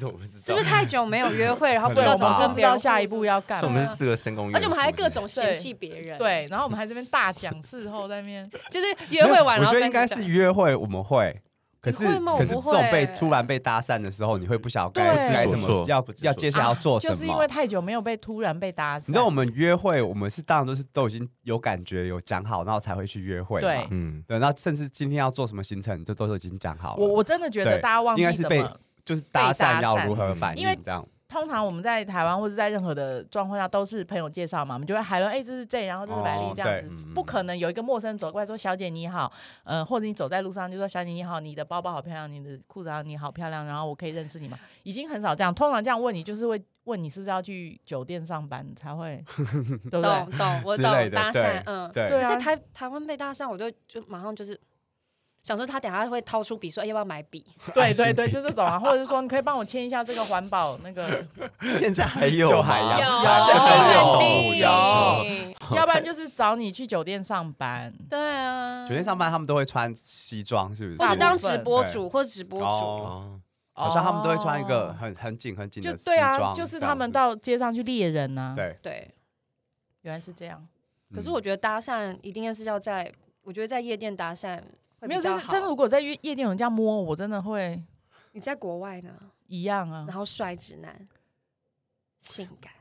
Speaker 4: 我不知
Speaker 3: 是不是太久没有约会，然后不知
Speaker 2: 对，
Speaker 3: 道
Speaker 2: 我
Speaker 3: 怎么
Speaker 2: 们
Speaker 3: 跟
Speaker 2: 不知
Speaker 3: 别人
Speaker 2: 道下一步要干
Speaker 4: 我
Speaker 2: 嘛。
Speaker 4: 们是四个深宫，
Speaker 3: 而且我们还各种嫌弃别人，，
Speaker 2: 对，然后我们还这边大讲事后在那边，
Speaker 3: 就是
Speaker 1: 没
Speaker 3: 约
Speaker 1: 有
Speaker 3: 会完，
Speaker 1: 我
Speaker 3: 然后
Speaker 1: 觉得
Speaker 3: 跟
Speaker 1: 应该
Speaker 3: 你讲
Speaker 1: 是约会，我们会。可
Speaker 3: 你
Speaker 1: 是，
Speaker 3: 会吗
Speaker 1: 可是
Speaker 3: 我
Speaker 1: 这
Speaker 3: 不
Speaker 1: 种被
Speaker 3: 会
Speaker 1: 突然被搭讪的时候，你会不晓得
Speaker 2: 对啊
Speaker 1: 该该
Speaker 4: 不
Speaker 1: 怎
Speaker 4: 知所
Speaker 1: 么
Speaker 4: 措
Speaker 1: 要
Speaker 4: 不知
Speaker 1: 要
Speaker 4: 所
Speaker 1: 接下来要做什
Speaker 2: 就是因
Speaker 1: 么
Speaker 2: 为。太久没有被突然被搭讪，
Speaker 1: 你知道我们约会，我们是当然都是都已经有感觉、有讲好，然后才会去约会嘛。
Speaker 2: 对
Speaker 1: [laughs]
Speaker 4: 嗯，
Speaker 1: 对，那甚至今天要做什么行程，这都是已经讲好了。
Speaker 2: 我我真的觉得
Speaker 1: 对
Speaker 2: 大家忘记
Speaker 1: 应该是
Speaker 2: 怎
Speaker 1: 被
Speaker 2: 么。
Speaker 1: 就是搭
Speaker 2: 被搭
Speaker 1: 讪要如何
Speaker 4: 讪
Speaker 1: 反
Speaker 2: 因为
Speaker 1: 应这样。
Speaker 2: 通常我们在台湾或者在任何的状况下都是朋友介绍嘛，我们就会海伦，哎、这是 J，然后这是白丽
Speaker 1: 哦
Speaker 2: 这样子，
Speaker 4: 对嗯
Speaker 2: 不可能有一个陌生人走过来说小姐你好，呃，或者你走在路上就说小姐你好，你的包包好漂亮，你的裤子好你好漂亮，然后我可以认识你吗？已经很少这样，通常这样问你就是会问你是不是要去酒店上班
Speaker 1: [laughs]
Speaker 2: 才会，对不对？
Speaker 3: 懂懂，我
Speaker 1: 之
Speaker 3: 懂
Speaker 1: 类的
Speaker 3: 搭
Speaker 1: 对
Speaker 3: 讪，嗯，
Speaker 1: 对
Speaker 2: 对
Speaker 3: 在
Speaker 2: 啊，
Speaker 3: 台台湾被搭讪，我就就马上就是想说他等下会掏出笔说哎要不要买笔，
Speaker 2: 对对对，就这种啊，或者是说你可以帮我签一下这个环保那
Speaker 1: [laughs]
Speaker 2: 个，
Speaker 4: 现在还有
Speaker 1: 就
Speaker 4: 吗
Speaker 1: 海洋
Speaker 3: [laughs]
Speaker 1: 有 [laughs]
Speaker 3: 肯
Speaker 1: 有
Speaker 3: 定
Speaker 2: 要不然就是找你去酒店上班，
Speaker 3: 对啊，
Speaker 1: 酒店上班他们都会穿西装，是不是？
Speaker 3: 或者当
Speaker 2: 部分
Speaker 3: 直播
Speaker 1: 对
Speaker 3: 主或直播主，
Speaker 1: 哦，
Speaker 4: 哦，
Speaker 1: 好像他们都会穿一个
Speaker 2: 哦
Speaker 1: 很很紧很紧
Speaker 2: 就
Speaker 1: 的西
Speaker 2: 对啊，
Speaker 1: 装
Speaker 2: 就是
Speaker 1: 这样
Speaker 2: 他们
Speaker 1: 子
Speaker 2: 到街上去猎人呐、啊。，
Speaker 1: 对。
Speaker 3: 对。
Speaker 2: 原来是这样。
Speaker 1: 嗯
Speaker 3: 可是我觉得搭讪一定是要在，我觉得在夜店搭讪会
Speaker 2: 没
Speaker 3: 比
Speaker 2: 有，
Speaker 3: 较
Speaker 2: 真的
Speaker 3: 好。
Speaker 2: 真的，如果在夜夜店有人这样摸我，我真的会
Speaker 3: 你在国外呢，
Speaker 2: 一样啊
Speaker 3: 然。后帅直男，性感，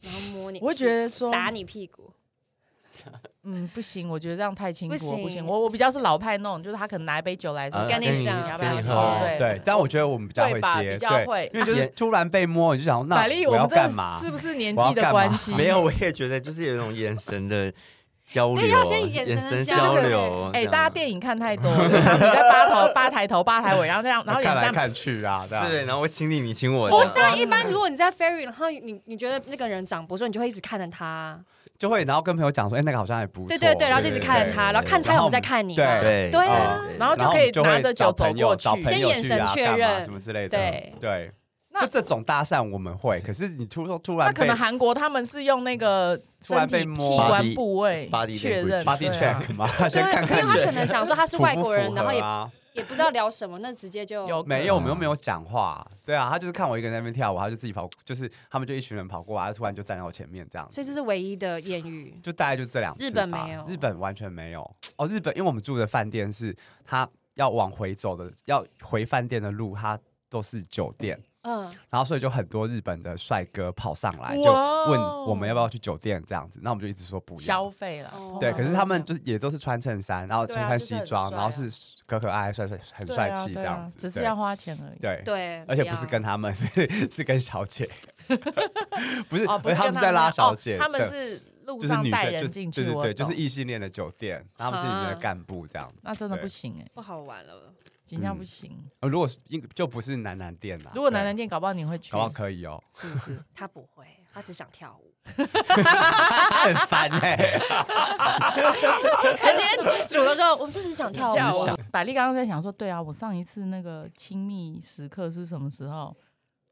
Speaker 3: 然后摸你，
Speaker 2: 我会觉得说，
Speaker 3: 打你屁股，
Speaker 2: 嗯，不行，我觉得这样太轻
Speaker 3: 不
Speaker 2: 浮，我不
Speaker 3: 行
Speaker 2: 行。我我比较是老派那种，就是他可能拿一杯酒来说，
Speaker 4: 啊
Speaker 3: 跟你讲
Speaker 2: 要不
Speaker 4: 跟
Speaker 2: 要
Speaker 4: 你
Speaker 2: 喝
Speaker 4: 喝？
Speaker 1: 哦
Speaker 2: 对
Speaker 1: 对，这样我觉得我们比较
Speaker 2: 会
Speaker 1: 会
Speaker 2: 吧
Speaker 1: 接，
Speaker 2: 比较
Speaker 1: 对
Speaker 2: 会，
Speaker 1: 因为就
Speaker 4: 啊
Speaker 1: 是
Speaker 4: 也
Speaker 1: 突然被摸，你就想那
Speaker 2: 百丽，
Speaker 1: 我
Speaker 2: 们
Speaker 1: 要
Speaker 2: 这
Speaker 1: 干嘛？ [laughs]
Speaker 2: 是不是年
Speaker 1: 我要
Speaker 2: 纪的
Speaker 1: 干
Speaker 2: 关
Speaker 1: 嘛
Speaker 2: 系？
Speaker 4: 没有，我也觉得就是有一种眼神的交流，啊
Speaker 3: 对要先眼神
Speaker 4: 眼神
Speaker 3: 交
Speaker 4: 交
Speaker 3: 流
Speaker 4: 流。啊
Speaker 2: 哎、
Speaker 4: 这样
Speaker 2: 大家电影看
Speaker 1: [laughs]
Speaker 2: 太多，就是你在八头、八抬头、八抬尾，然后这样，然后
Speaker 1: 那看
Speaker 2: 你这
Speaker 1: 来
Speaker 2: 样
Speaker 1: 看去啊，这样
Speaker 4: 对，然后我请你，你请我，
Speaker 3: 不
Speaker 4: 这
Speaker 3: 是
Speaker 4: 样
Speaker 3: 啊，一般如果你在 ferry，然后你你觉得那个人长不错，你就会一直看着他，啊
Speaker 1: 就会然后跟朋友讲说，哎，那个好像还不错，
Speaker 3: 对对对，然后就一直看着他，
Speaker 4: 对
Speaker 3: 然后看他有没有在看你嘛，
Speaker 1: 然后
Speaker 4: 对
Speaker 3: 对
Speaker 1: 啊
Speaker 4: 对
Speaker 2: 然后就
Speaker 1: 然后
Speaker 2: 可以
Speaker 1: 我们就
Speaker 2: 拿
Speaker 1: 会
Speaker 2: 着
Speaker 1: 找
Speaker 2: 酒走
Speaker 1: 朋友
Speaker 2: 过
Speaker 1: 找
Speaker 2: 去
Speaker 1: 朋
Speaker 3: 先
Speaker 1: 友
Speaker 3: 眼
Speaker 1: 去
Speaker 3: 神
Speaker 1: 啊
Speaker 3: 确
Speaker 1: 干嘛
Speaker 3: 认
Speaker 1: 什么之类的，
Speaker 3: 对
Speaker 1: 对。
Speaker 2: 那
Speaker 1: 就这种搭讪我们会，可是你突说突
Speaker 2: 那
Speaker 1: 然
Speaker 2: 可
Speaker 1: 被
Speaker 2: 能韩国他们是用那个
Speaker 1: 突
Speaker 2: 身
Speaker 1: 然
Speaker 2: 体
Speaker 1: 被
Speaker 2: 器
Speaker 1: 摸
Speaker 2: 官
Speaker 4: Body-
Speaker 2: 部位
Speaker 4: body
Speaker 2: 确
Speaker 4: language
Speaker 2: 认
Speaker 1: body
Speaker 2: 对啊
Speaker 1: check 嘛，先
Speaker 3: 对，
Speaker 1: 看
Speaker 3: 因为
Speaker 1: 看
Speaker 3: 他可能想说他是
Speaker 1: 符
Speaker 3: 外
Speaker 1: 不
Speaker 3: 国
Speaker 1: 符
Speaker 3: 人，然后
Speaker 1: 合
Speaker 3: 也
Speaker 1: 啊
Speaker 3: 也不知道聊什么，那直接就
Speaker 2: 有
Speaker 1: 没有，我们又没有讲话。对啊，他就是看我一个人在那边跳舞，他就自己跑，就是他们就一群人跑过来，他突然就站在我前面这样子。
Speaker 3: 所以这是唯一的艳遇。
Speaker 1: 就大概就这两次吧。
Speaker 3: 日本没有
Speaker 1: 日本完全没有。哦，日本因为我们住的饭店是他要往回走的，要回饭店的路，它都是酒店，
Speaker 3: 嗯，
Speaker 1: 然后所以就很多日本的帅哥跑上来，就
Speaker 2: 哇哦
Speaker 1: 问我们要不要去酒店这样子，那我们就一直说不
Speaker 2: 消
Speaker 1: 要。
Speaker 2: 费了
Speaker 3: 哦。
Speaker 1: 对，
Speaker 2: 通常
Speaker 1: 可是
Speaker 2: 都
Speaker 1: 他
Speaker 2: 这
Speaker 1: 们
Speaker 2: 样
Speaker 1: 就是也都是穿衬衫，然后
Speaker 2: 对啊
Speaker 1: 穿
Speaker 2: 就是
Speaker 1: 西
Speaker 2: 很
Speaker 1: 装，
Speaker 2: 帅
Speaker 1: 然后
Speaker 2: 啊
Speaker 1: 是可可爱爱、帅帅很帅气这
Speaker 2: 对啊对啊
Speaker 1: 样子。
Speaker 2: 只是
Speaker 1: 对
Speaker 2: 要花钱而已。
Speaker 1: 对
Speaker 3: 对，
Speaker 1: 而且
Speaker 3: 不
Speaker 1: 不是
Speaker 3: 要
Speaker 1: 跟他们， [laughs] 是是跟小
Speaker 2: [laughs]
Speaker 1: 姐，不是， [laughs]
Speaker 2: 哦，不是
Speaker 1: 他
Speaker 2: 跟
Speaker 1: 们是在拉小姐，
Speaker 2: 哦他们
Speaker 1: 对
Speaker 2: 是路
Speaker 1: 就是
Speaker 2: 上
Speaker 1: 女
Speaker 2: 带
Speaker 1: 生，就
Speaker 2: 人进去，
Speaker 1: 对对
Speaker 2: 我
Speaker 1: 对，就是
Speaker 2: 懂嗯
Speaker 1: 异性恋的酒店，然后他们是里面
Speaker 3: 啊
Speaker 1: 的干部这样子。
Speaker 2: 那真的
Speaker 1: 对
Speaker 2: 不行哎，
Speaker 3: 不好玩 [laughs] 了。
Speaker 2: 尽量
Speaker 1: 嗯
Speaker 2: 不行。
Speaker 1: 呃，如果是应就不是男男店啦，
Speaker 2: 如果
Speaker 1: 对
Speaker 2: 男人店，搞不好你会去
Speaker 1: 搞，不好可以哦，
Speaker 2: 是不
Speaker 3: [laughs]
Speaker 2: 是？
Speaker 3: 他不会，他只想跳舞。
Speaker 1: 很烦哎。
Speaker 3: 他今天煮的时候，我就是想跳
Speaker 2: 跳舞
Speaker 3: 舞。。
Speaker 2: 百丽刚刚在想说，对啊，我上一次那个亲密时刻是什么时候？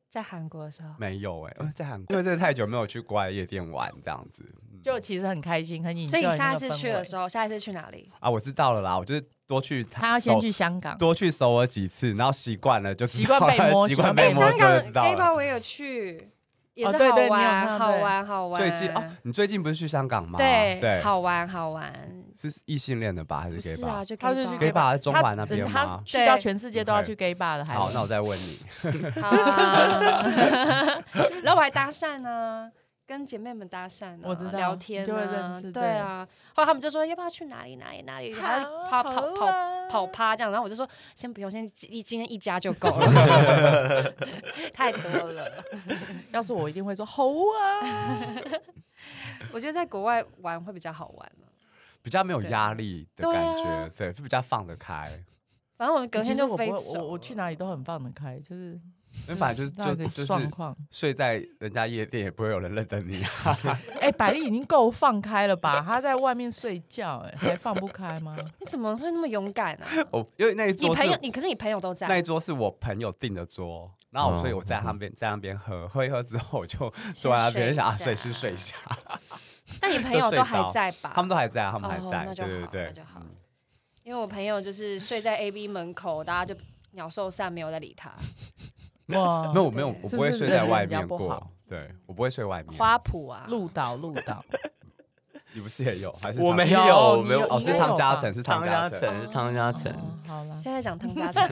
Speaker 3: 在韩国的时候，
Speaker 1: [laughs] 没有哎，呃在韩国，因为真的太久没有去国外夜店玩这样子
Speaker 2: 就其实很开心，很引。
Speaker 3: 所以你下一次去的
Speaker 2: 候，
Speaker 3: 时候，下一次去哪里？
Speaker 1: 啊，我知道了啦，我就是多去
Speaker 2: 他要先
Speaker 1: 首
Speaker 2: 去香港。
Speaker 1: 多去首尔几次，然后习惯了就知
Speaker 2: 习惯
Speaker 1: 道
Speaker 2: 被
Speaker 1: 了
Speaker 2: 摸
Speaker 1: 习
Speaker 2: 习
Speaker 1: 惯
Speaker 2: 惯
Speaker 1: 被
Speaker 2: 被
Speaker 1: 摸
Speaker 3: 香
Speaker 1: 就
Speaker 3: 港
Speaker 1: 会知道
Speaker 3: gay
Speaker 1: 了。
Speaker 3: bar 我也有去，也
Speaker 2: 哦
Speaker 3: 是
Speaker 2: 对
Speaker 3: 好
Speaker 2: 对你有
Speaker 3: 玩，
Speaker 2: 看
Speaker 3: 好
Speaker 2: 到对
Speaker 3: 玩，好玩。
Speaker 1: 最近哦，你最近不是去香港吗？
Speaker 3: 对，
Speaker 1: 对，
Speaker 3: 好玩，好玩。
Speaker 1: 是异性恋的吧，还是
Speaker 3: 不
Speaker 1: gay
Speaker 3: 是
Speaker 1: bar？
Speaker 3: 啊，就
Speaker 2: 他就去
Speaker 1: gay
Speaker 3: gay
Speaker 1: bar 在中
Speaker 2: 他嗯
Speaker 1: 环那边
Speaker 2: 他
Speaker 1: 吗？
Speaker 2: 去到
Speaker 3: 对
Speaker 2: 全世界都要去 gay bar 的，还
Speaker 1: 好，
Speaker 2: [laughs]
Speaker 1: 那我再问你，
Speaker 3: bar 好啊。然后我还搭讪呢，跟姐妹们搭讪、啊，
Speaker 2: 我知道
Speaker 3: 聊天、啊，
Speaker 2: 你就会认识
Speaker 3: 对啊。后来他们就说要不要去哪里哪里哪里，还要跑跑跑
Speaker 2: 啊
Speaker 3: 跑趴这样，然后我就说先不用，先一今天一家就够了，
Speaker 2: [laughs]
Speaker 3: 太多了。
Speaker 2: 要是我一定会说好啊，
Speaker 3: 我觉得在国外玩会比较好玩啊了、
Speaker 1: 比较没有
Speaker 3: 对
Speaker 1: 压力的
Speaker 3: 对
Speaker 1: 感
Speaker 3: 啊
Speaker 1: 觉，对，就比较放得
Speaker 3: [laughs]
Speaker 1: 开。
Speaker 3: 反正我们隔
Speaker 2: 其
Speaker 3: 天
Speaker 2: 实
Speaker 3: 就
Speaker 2: 我不
Speaker 3: 飞
Speaker 2: 会，
Speaker 3: 走
Speaker 2: 我我去
Speaker 3: 了
Speaker 2: 哪里都很放得开，就是
Speaker 1: 那反正
Speaker 2: 那
Speaker 1: 就
Speaker 2: 个
Speaker 1: 是就就
Speaker 2: 状
Speaker 1: 是
Speaker 2: 况。
Speaker 1: 睡在人家夜店也不会有人认得你啊。
Speaker 3: [laughs]
Speaker 2: 哎，百丽已经够放开了吧？她在外面睡觉，哎，还放不开吗？
Speaker 3: 你怎么会那么勇敢
Speaker 2: [laughs]
Speaker 3: 啊？
Speaker 1: 哦，因为那一
Speaker 3: 你
Speaker 1: 桌
Speaker 3: 朋友
Speaker 1: 是，
Speaker 3: 你可是你朋友都在，
Speaker 1: 那一桌是我朋友订的桌，然后我
Speaker 4: 哦
Speaker 1: 所以我
Speaker 4: 嗯
Speaker 1: 在那边在那边喝，喝一喝之后我就坐在那边
Speaker 3: 先
Speaker 1: 想啊睡
Speaker 3: 睡一
Speaker 1: 是
Speaker 3: 下
Speaker 1: 睡一下，
Speaker 3: 但你朋友都还在吧？
Speaker 1: 他们都还在啊，他们还
Speaker 3: 哦
Speaker 1: 在，
Speaker 3: 那就
Speaker 1: 对对
Speaker 3: 好那
Speaker 1: 对嗯
Speaker 3: 就好，因为我朋友就是睡在 A B 门口，大家就鸟兽散，没有在理他。
Speaker 1: [laughs]
Speaker 2: 哇，
Speaker 1: 没有我没有我
Speaker 2: 是
Speaker 1: 不会
Speaker 2: 不是
Speaker 1: 睡
Speaker 2: 人
Speaker 1: 在
Speaker 2: 缘
Speaker 1: 外
Speaker 2: 比较
Speaker 1: 面
Speaker 2: 不
Speaker 1: 过
Speaker 2: 好，
Speaker 1: 对我不会睡外面，
Speaker 3: 花圃啊，
Speaker 2: 鹿岛鹿岛，
Speaker 1: 你不是也有还是
Speaker 4: 我
Speaker 1: 他
Speaker 4: 没
Speaker 1: 们
Speaker 4: 有
Speaker 2: 你
Speaker 4: 没有
Speaker 1: 哦
Speaker 2: 你
Speaker 1: 是
Speaker 2: 应该
Speaker 1: 汤
Speaker 2: 有
Speaker 1: 家
Speaker 2: 吧
Speaker 1: 成是
Speaker 4: 汤
Speaker 1: 汤
Speaker 4: 家
Speaker 1: 成，
Speaker 4: 成是汤家成，
Speaker 2: 哦好啦，
Speaker 3: 现在讲汤家成，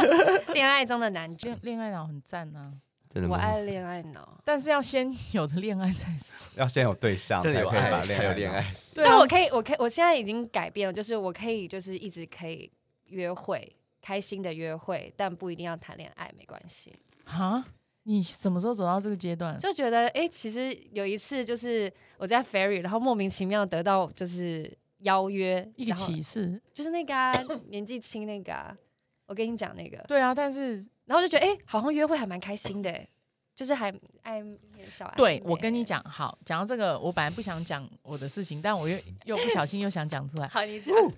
Speaker 1: [laughs]
Speaker 3: 恋爱中的男主，
Speaker 2: 恋恋爱脑很赞啊，
Speaker 4: 真的
Speaker 3: 我
Speaker 4: 吗？
Speaker 3: 爱恋爱脑。
Speaker 2: 但是要先 [laughs] 有的恋爱再说。
Speaker 1: 要先有对象
Speaker 4: 这
Speaker 1: 才
Speaker 4: 里
Speaker 1: 可以
Speaker 4: 有
Speaker 1: 把
Speaker 4: 爱
Speaker 1: 恋
Speaker 4: 才
Speaker 1: 爱
Speaker 4: 有
Speaker 1: 脑
Speaker 4: 恋爱，
Speaker 2: 对
Speaker 3: 但
Speaker 2: 啊
Speaker 3: 我，可以，我可以，我现在已经改变了，就是我可以，就是一直可以约会，开心的约会，但不一定要谈恋爱，没关系。
Speaker 2: 啊，你什么时候走到这个阶
Speaker 1: 嗯
Speaker 2: 段？
Speaker 3: 就觉得哎、诶其实有一次就是我在 ferry，然后莫名其妙得到就是邀约，
Speaker 2: 一个
Speaker 3: 然后
Speaker 2: 启示，
Speaker 3: 就是那个、啊、 [coughs] 年纪轻那个、啊，我跟你讲那个，
Speaker 2: 对啊，但是
Speaker 3: 然后就觉得哎、诶好像约会还蛮开心的、就是还爱小爱。
Speaker 2: 对我跟你，讲，好，讲到这个，我本来不想讲我的事情，但
Speaker 3: [laughs]
Speaker 2: 我又又不小心又想讲出来。
Speaker 3: 好，你讲、
Speaker 2: 哦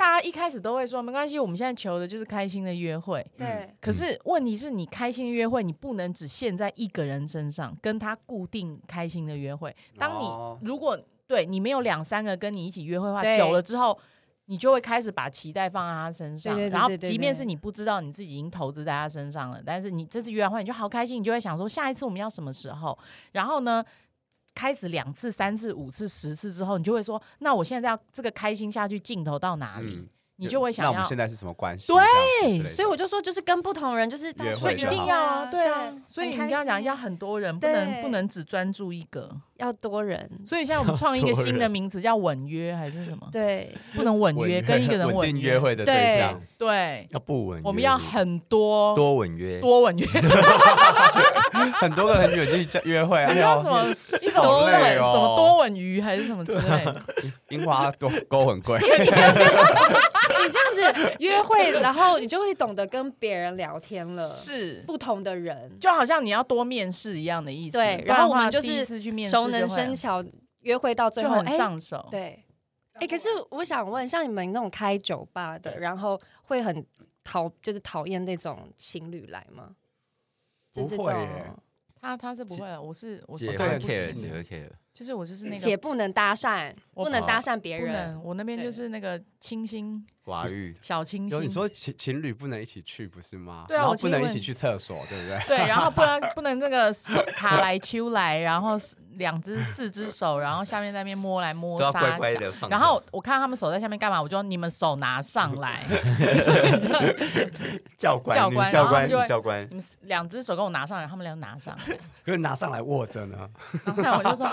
Speaker 2: 大家一开始都会说没关系，我们现在求的就是开心的约会。
Speaker 3: 对，
Speaker 1: 嗯
Speaker 2: 可是问题是你开心约会，你不能只限在一个人身上，跟他固定开心的约会。当
Speaker 1: 哦
Speaker 2: 你如果对你没有两三个跟你一起约会的话，
Speaker 3: 对
Speaker 2: 久了之后，你就会开始把期待放在他身上。
Speaker 3: 对对对
Speaker 2: 然后，
Speaker 3: 对对
Speaker 2: 即便
Speaker 3: 对
Speaker 2: 是你不知道你自己已经投资在他身上了，但是你这次约完会，你就好开心，你就会想说下一次我们要什么时候？然后呢？开始两次、三次、五次、十次之后，你就会说：“那我现在要这个开心下去，尽头到哪里？”
Speaker 1: 嗯，
Speaker 2: 你就会想
Speaker 1: 那
Speaker 2: 要。
Speaker 1: 我们现在是什么关系？
Speaker 2: 对
Speaker 1: 这样子之类的
Speaker 3: 所以我就说就是跟不同人就是大家
Speaker 1: 约
Speaker 3: 出
Speaker 1: 会
Speaker 3: 去
Speaker 1: 就
Speaker 2: 一定
Speaker 1: 好
Speaker 3: 约
Speaker 2: 要
Speaker 3: 会
Speaker 2: 啊，对啊，所以你
Speaker 3: 很开
Speaker 2: 刚刚讲
Speaker 3: 心
Speaker 2: 要很多人，不能
Speaker 3: 对
Speaker 2: 不能只专注一个。
Speaker 3: 要多人，
Speaker 2: 所以现在
Speaker 1: [laughs]
Speaker 2: 我们创一个新的名词叫吻约还是什么？ [laughs]
Speaker 3: 对，
Speaker 2: 不能吻
Speaker 1: 稳
Speaker 2: 约，跟一个人
Speaker 1: 稳
Speaker 2: 吻
Speaker 1: 定约。会的对
Speaker 3: 对
Speaker 2: [laughs]
Speaker 1: 象，
Speaker 2: 对，
Speaker 4: 要不吻约，
Speaker 2: 我们要很多
Speaker 4: 多吻约，
Speaker 2: 多吻约，
Speaker 1: 很多个很远去约约会，哎
Speaker 2: 你要
Speaker 1: 呦 [laughs]
Speaker 2: 什么一种
Speaker 1: 好
Speaker 2: 吻
Speaker 1: 累哦
Speaker 2: 什么多吻鱼还是什么之类
Speaker 1: [laughs]
Speaker 2: 的。
Speaker 1: 樱花多勾很贵，
Speaker 3: 你这样子，你这样子约会，然后你就会懂得跟别人聊天了，
Speaker 2: 是，
Speaker 3: 不同的人，
Speaker 2: 就好像你要多面试一样的意思。
Speaker 3: 对
Speaker 2: 不
Speaker 3: 然后
Speaker 2: 的
Speaker 3: 我们
Speaker 2: 话
Speaker 3: 就
Speaker 2: 第一
Speaker 3: 是
Speaker 2: 次去面试
Speaker 3: 熟
Speaker 2: 就
Speaker 3: 能
Speaker 2: 会
Speaker 3: 生巧，约会到最
Speaker 2: 就
Speaker 3: 后
Speaker 2: 很
Speaker 3: 哎
Speaker 2: 上手。
Speaker 3: 对，哎、可是我想问，像你们那种开酒吧的，然后会很讨，就是讨厌那种情侣来吗？就
Speaker 1: 不
Speaker 3: 这
Speaker 1: 会耶
Speaker 3: 种
Speaker 2: 他他是不会啊的，我是我是
Speaker 4: 姐
Speaker 1: 对
Speaker 4: 会
Speaker 2: 不
Speaker 4: care，
Speaker 2: 行
Speaker 4: 姐
Speaker 2: 的，
Speaker 4: 会 care，
Speaker 2: 就是我就是那
Speaker 3: 姐
Speaker 2: 个
Speaker 3: 不能搭讪，
Speaker 2: 我
Speaker 3: 不能搭讪别
Speaker 2: 不
Speaker 3: 人，
Speaker 2: 能，我那边就
Speaker 3: 对
Speaker 2: 是那个清新
Speaker 4: 寡欲，
Speaker 2: 小清
Speaker 1: 有
Speaker 2: 新。
Speaker 1: 你说情情侣不能一起去，不是吗？
Speaker 2: 对啊
Speaker 1: 然后
Speaker 2: 我
Speaker 1: 不
Speaker 2: 亲
Speaker 1: 能一
Speaker 2: 问
Speaker 1: 起去厕所，对不对？ [laughs]
Speaker 2: 对，然后不能不能这个手卡来秋来，然后是两只四只手，然后下面在那边摸来摸
Speaker 4: 都要
Speaker 2: 杀
Speaker 4: 乖乖
Speaker 2: 小
Speaker 4: 的放着。
Speaker 2: 然后我看他们手在下面干嘛，我就说你们手拿上来，
Speaker 4: 教官
Speaker 2: 教
Speaker 4: 女
Speaker 2: 官
Speaker 4: 教
Speaker 2: 然后
Speaker 4: 官
Speaker 2: 就会
Speaker 4: 女教官
Speaker 2: 你们两只手给我拿上来，他们俩拿上来，
Speaker 1: 可是拿上来握着
Speaker 2: [laughs]
Speaker 1: 呢，
Speaker 2: 然后我就说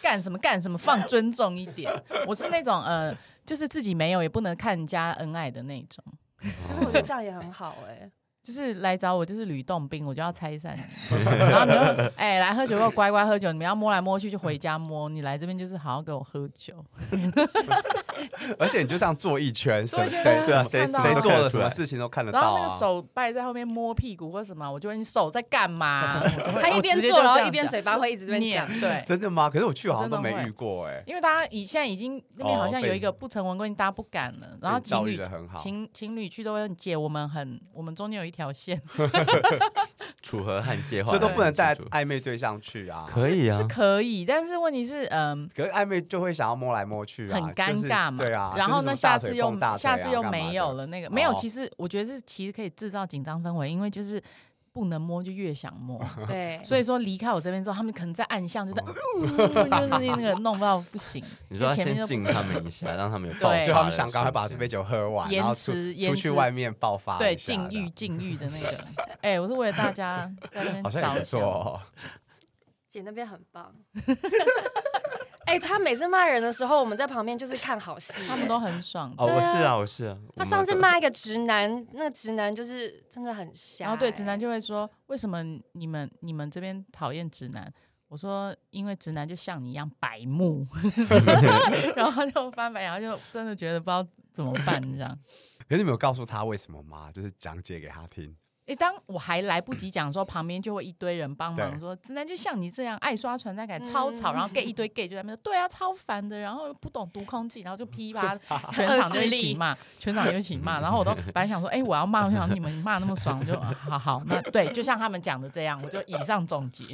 Speaker 2: 干什么干什么，放尊重一点。我是那种呃，就是自己没有也不能看人家恩爱的那种，
Speaker 3: 可是我觉得这样也很好哎、
Speaker 2: 就是来找我就是吕洞宾，我就要拆
Speaker 1: [laughs]
Speaker 2: 散你。然后你就哎、来喝酒给我乖乖喝酒，你们要摸来摸去就回家摸，你来这边就是好好给我喝酒。
Speaker 1: 而且你就这样坐一圈，谁
Speaker 2: 坐一圈
Speaker 1: 谁
Speaker 4: 对啊，
Speaker 1: 什么
Speaker 4: 谁
Speaker 2: 看到
Speaker 1: 谁
Speaker 4: 谁
Speaker 1: 做
Speaker 4: 做
Speaker 1: 了
Speaker 4: 了
Speaker 1: 什
Speaker 4: 什
Speaker 1: 么
Speaker 4: 么
Speaker 1: 事
Speaker 4: 事？
Speaker 1: 情都看得
Speaker 2: 然
Speaker 1: 到
Speaker 2: 后那个
Speaker 1: 啊。
Speaker 2: 手掰在后面摸屁股或什么，我就问你手在干嘛？
Speaker 1: [laughs]
Speaker 3: 他一边做，然后一边嘴巴会一直在
Speaker 2: 边
Speaker 3: 讲
Speaker 2: 讲，， [laughs] 对。
Speaker 1: 真的吗？可是我去好像都
Speaker 2: 真的
Speaker 1: 没
Speaker 2: 会
Speaker 1: 遇过哎，
Speaker 2: 因为大家以现在已经那边好像
Speaker 1: 哦被
Speaker 2: 有一个不成文规定，大家不敢了。然后
Speaker 1: 被教
Speaker 2: 情
Speaker 1: 育
Speaker 2: 侣
Speaker 1: 的很好，
Speaker 2: 情情侣去都会说姐，我们很我们中间有一条线， [laughs]
Speaker 4: 楚河汉界，
Speaker 1: 所以都不能带
Speaker 4: 楚
Speaker 1: 暧昧对象去啊。
Speaker 4: 可以啊
Speaker 2: 是，可以，但是问题是，嗯，
Speaker 1: 可是暧昧就会想要摸来摸去啊，
Speaker 2: 很尴
Speaker 1: 就是
Speaker 2: 尬嘛。
Speaker 1: 对啊，
Speaker 2: 然后
Speaker 1: 就是什
Speaker 2: 呢，
Speaker 1: 么
Speaker 2: 下
Speaker 1: 大腿
Speaker 2: 次又
Speaker 1: 碰大腿啊
Speaker 2: 下次又
Speaker 1: 干嘛的
Speaker 2: 没有了那个没有。
Speaker 1: 哦
Speaker 2: 其实我觉得是其实可以制造紧张氛围，因为就是不能摸就越
Speaker 1: [laughs]
Speaker 2: 想摸。
Speaker 3: 对，
Speaker 2: 所以说离开我这边之后，他们可能在暗巷就
Speaker 1: 哦
Speaker 2: 在， [laughs] 就是那个弄到
Speaker 1: [laughs]
Speaker 2: 不行，
Speaker 4: 你说要
Speaker 2: 前面
Speaker 4: 先
Speaker 2: 就
Speaker 4: 敬他们一下，让他们有
Speaker 2: 对
Speaker 4: 爆发
Speaker 1: 啊就他们
Speaker 4: 的
Speaker 1: 想赶快
Speaker 4: 瞬
Speaker 1: 把
Speaker 4: 间
Speaker 1: 这杯酒喝完，
Speaker 2: 延
Speaker 1: 然后出
Speaker 2: 迟延
Speaker 1: 出去
Speaker 2: 迟
Speaker 1: 外面爆发一
Speaker 2: 对
Speaker 1: 下
Speaker 2: 禁欲
Speaker 1: 的， [laughs]
Speaker 2: 禁欲的那个。哎，我是为了大家在那边
Speaker 1: 好像也
Speaker 2: 着
Speaker 1: 不错
Speaker 2: 想，
Speaker 1: 哦。
Speaker 3: 姐那边很棒。 [laughs] 哎、她每次骂人的时候，我们在旁边就是看好戏、
Speaker 2: 他们都很爽。
Speaker 4: 哦，
Speaker 3: 对
Speaker 4: 我是
Speaker 3: 啊
Speaker 4: 啊，我是啊。
Speaker 3: 他
Speaker 4: 我
Speaker 3: 上次
Speaker 4: 妈
Speaker 3: 骂一个直男，那个直男就是真的很瞎、哎
Speaker 2: 然后对直男就会说：“为什么你们你们这边讨厌直男？”我说：“因为直男就像你一样白目。” [laughs] 然后他就翻白眼，然后就真的觉得不知道怎么办这样。
Speaker 1: 可是你们有告诉他为什么吗？就是讲解给他听。
Speaker 2: 诶，当我还来不及讲的时候，旁边就会一堆人帮忙
Speaker 1: 对
Speaker 2: 说：“直男就像你这样爱刷存在感，超吵。”
Speaker 3: 嗯
Speaker 2: 然后 gay 一堆 gay 就在那边说：“对啊，超烦的。”然后不懂读空气，然后就噼啪，全场就一起骂，全场就一起骂。然后我都本来想说：“诶，我要骂，我想你们骂那么爽，我就、啊好好那对，就像他们讲的这样，我就以上总结。”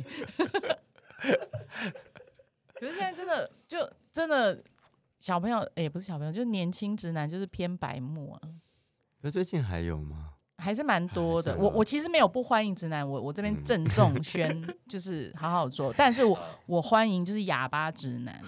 Speaker 2: [laughs] 可是现在真的就真的小朋友，诶，不是小朋友，就是年轻直男，就是偏白目啊。
Speaker 4: 可最近还有吗？
Speaker 2: 还是蛮多的。
Speaker 4: 还是
Speaker 2: 我
Speaker 4: 吗
Speaker 2: 我其实没有不欢迎直男，我我这边
Speaker 4: 嗯
Speaker 2: 郑重宣，就是好好做。但是我我欢迎就是哑巴直 [laughs] 男，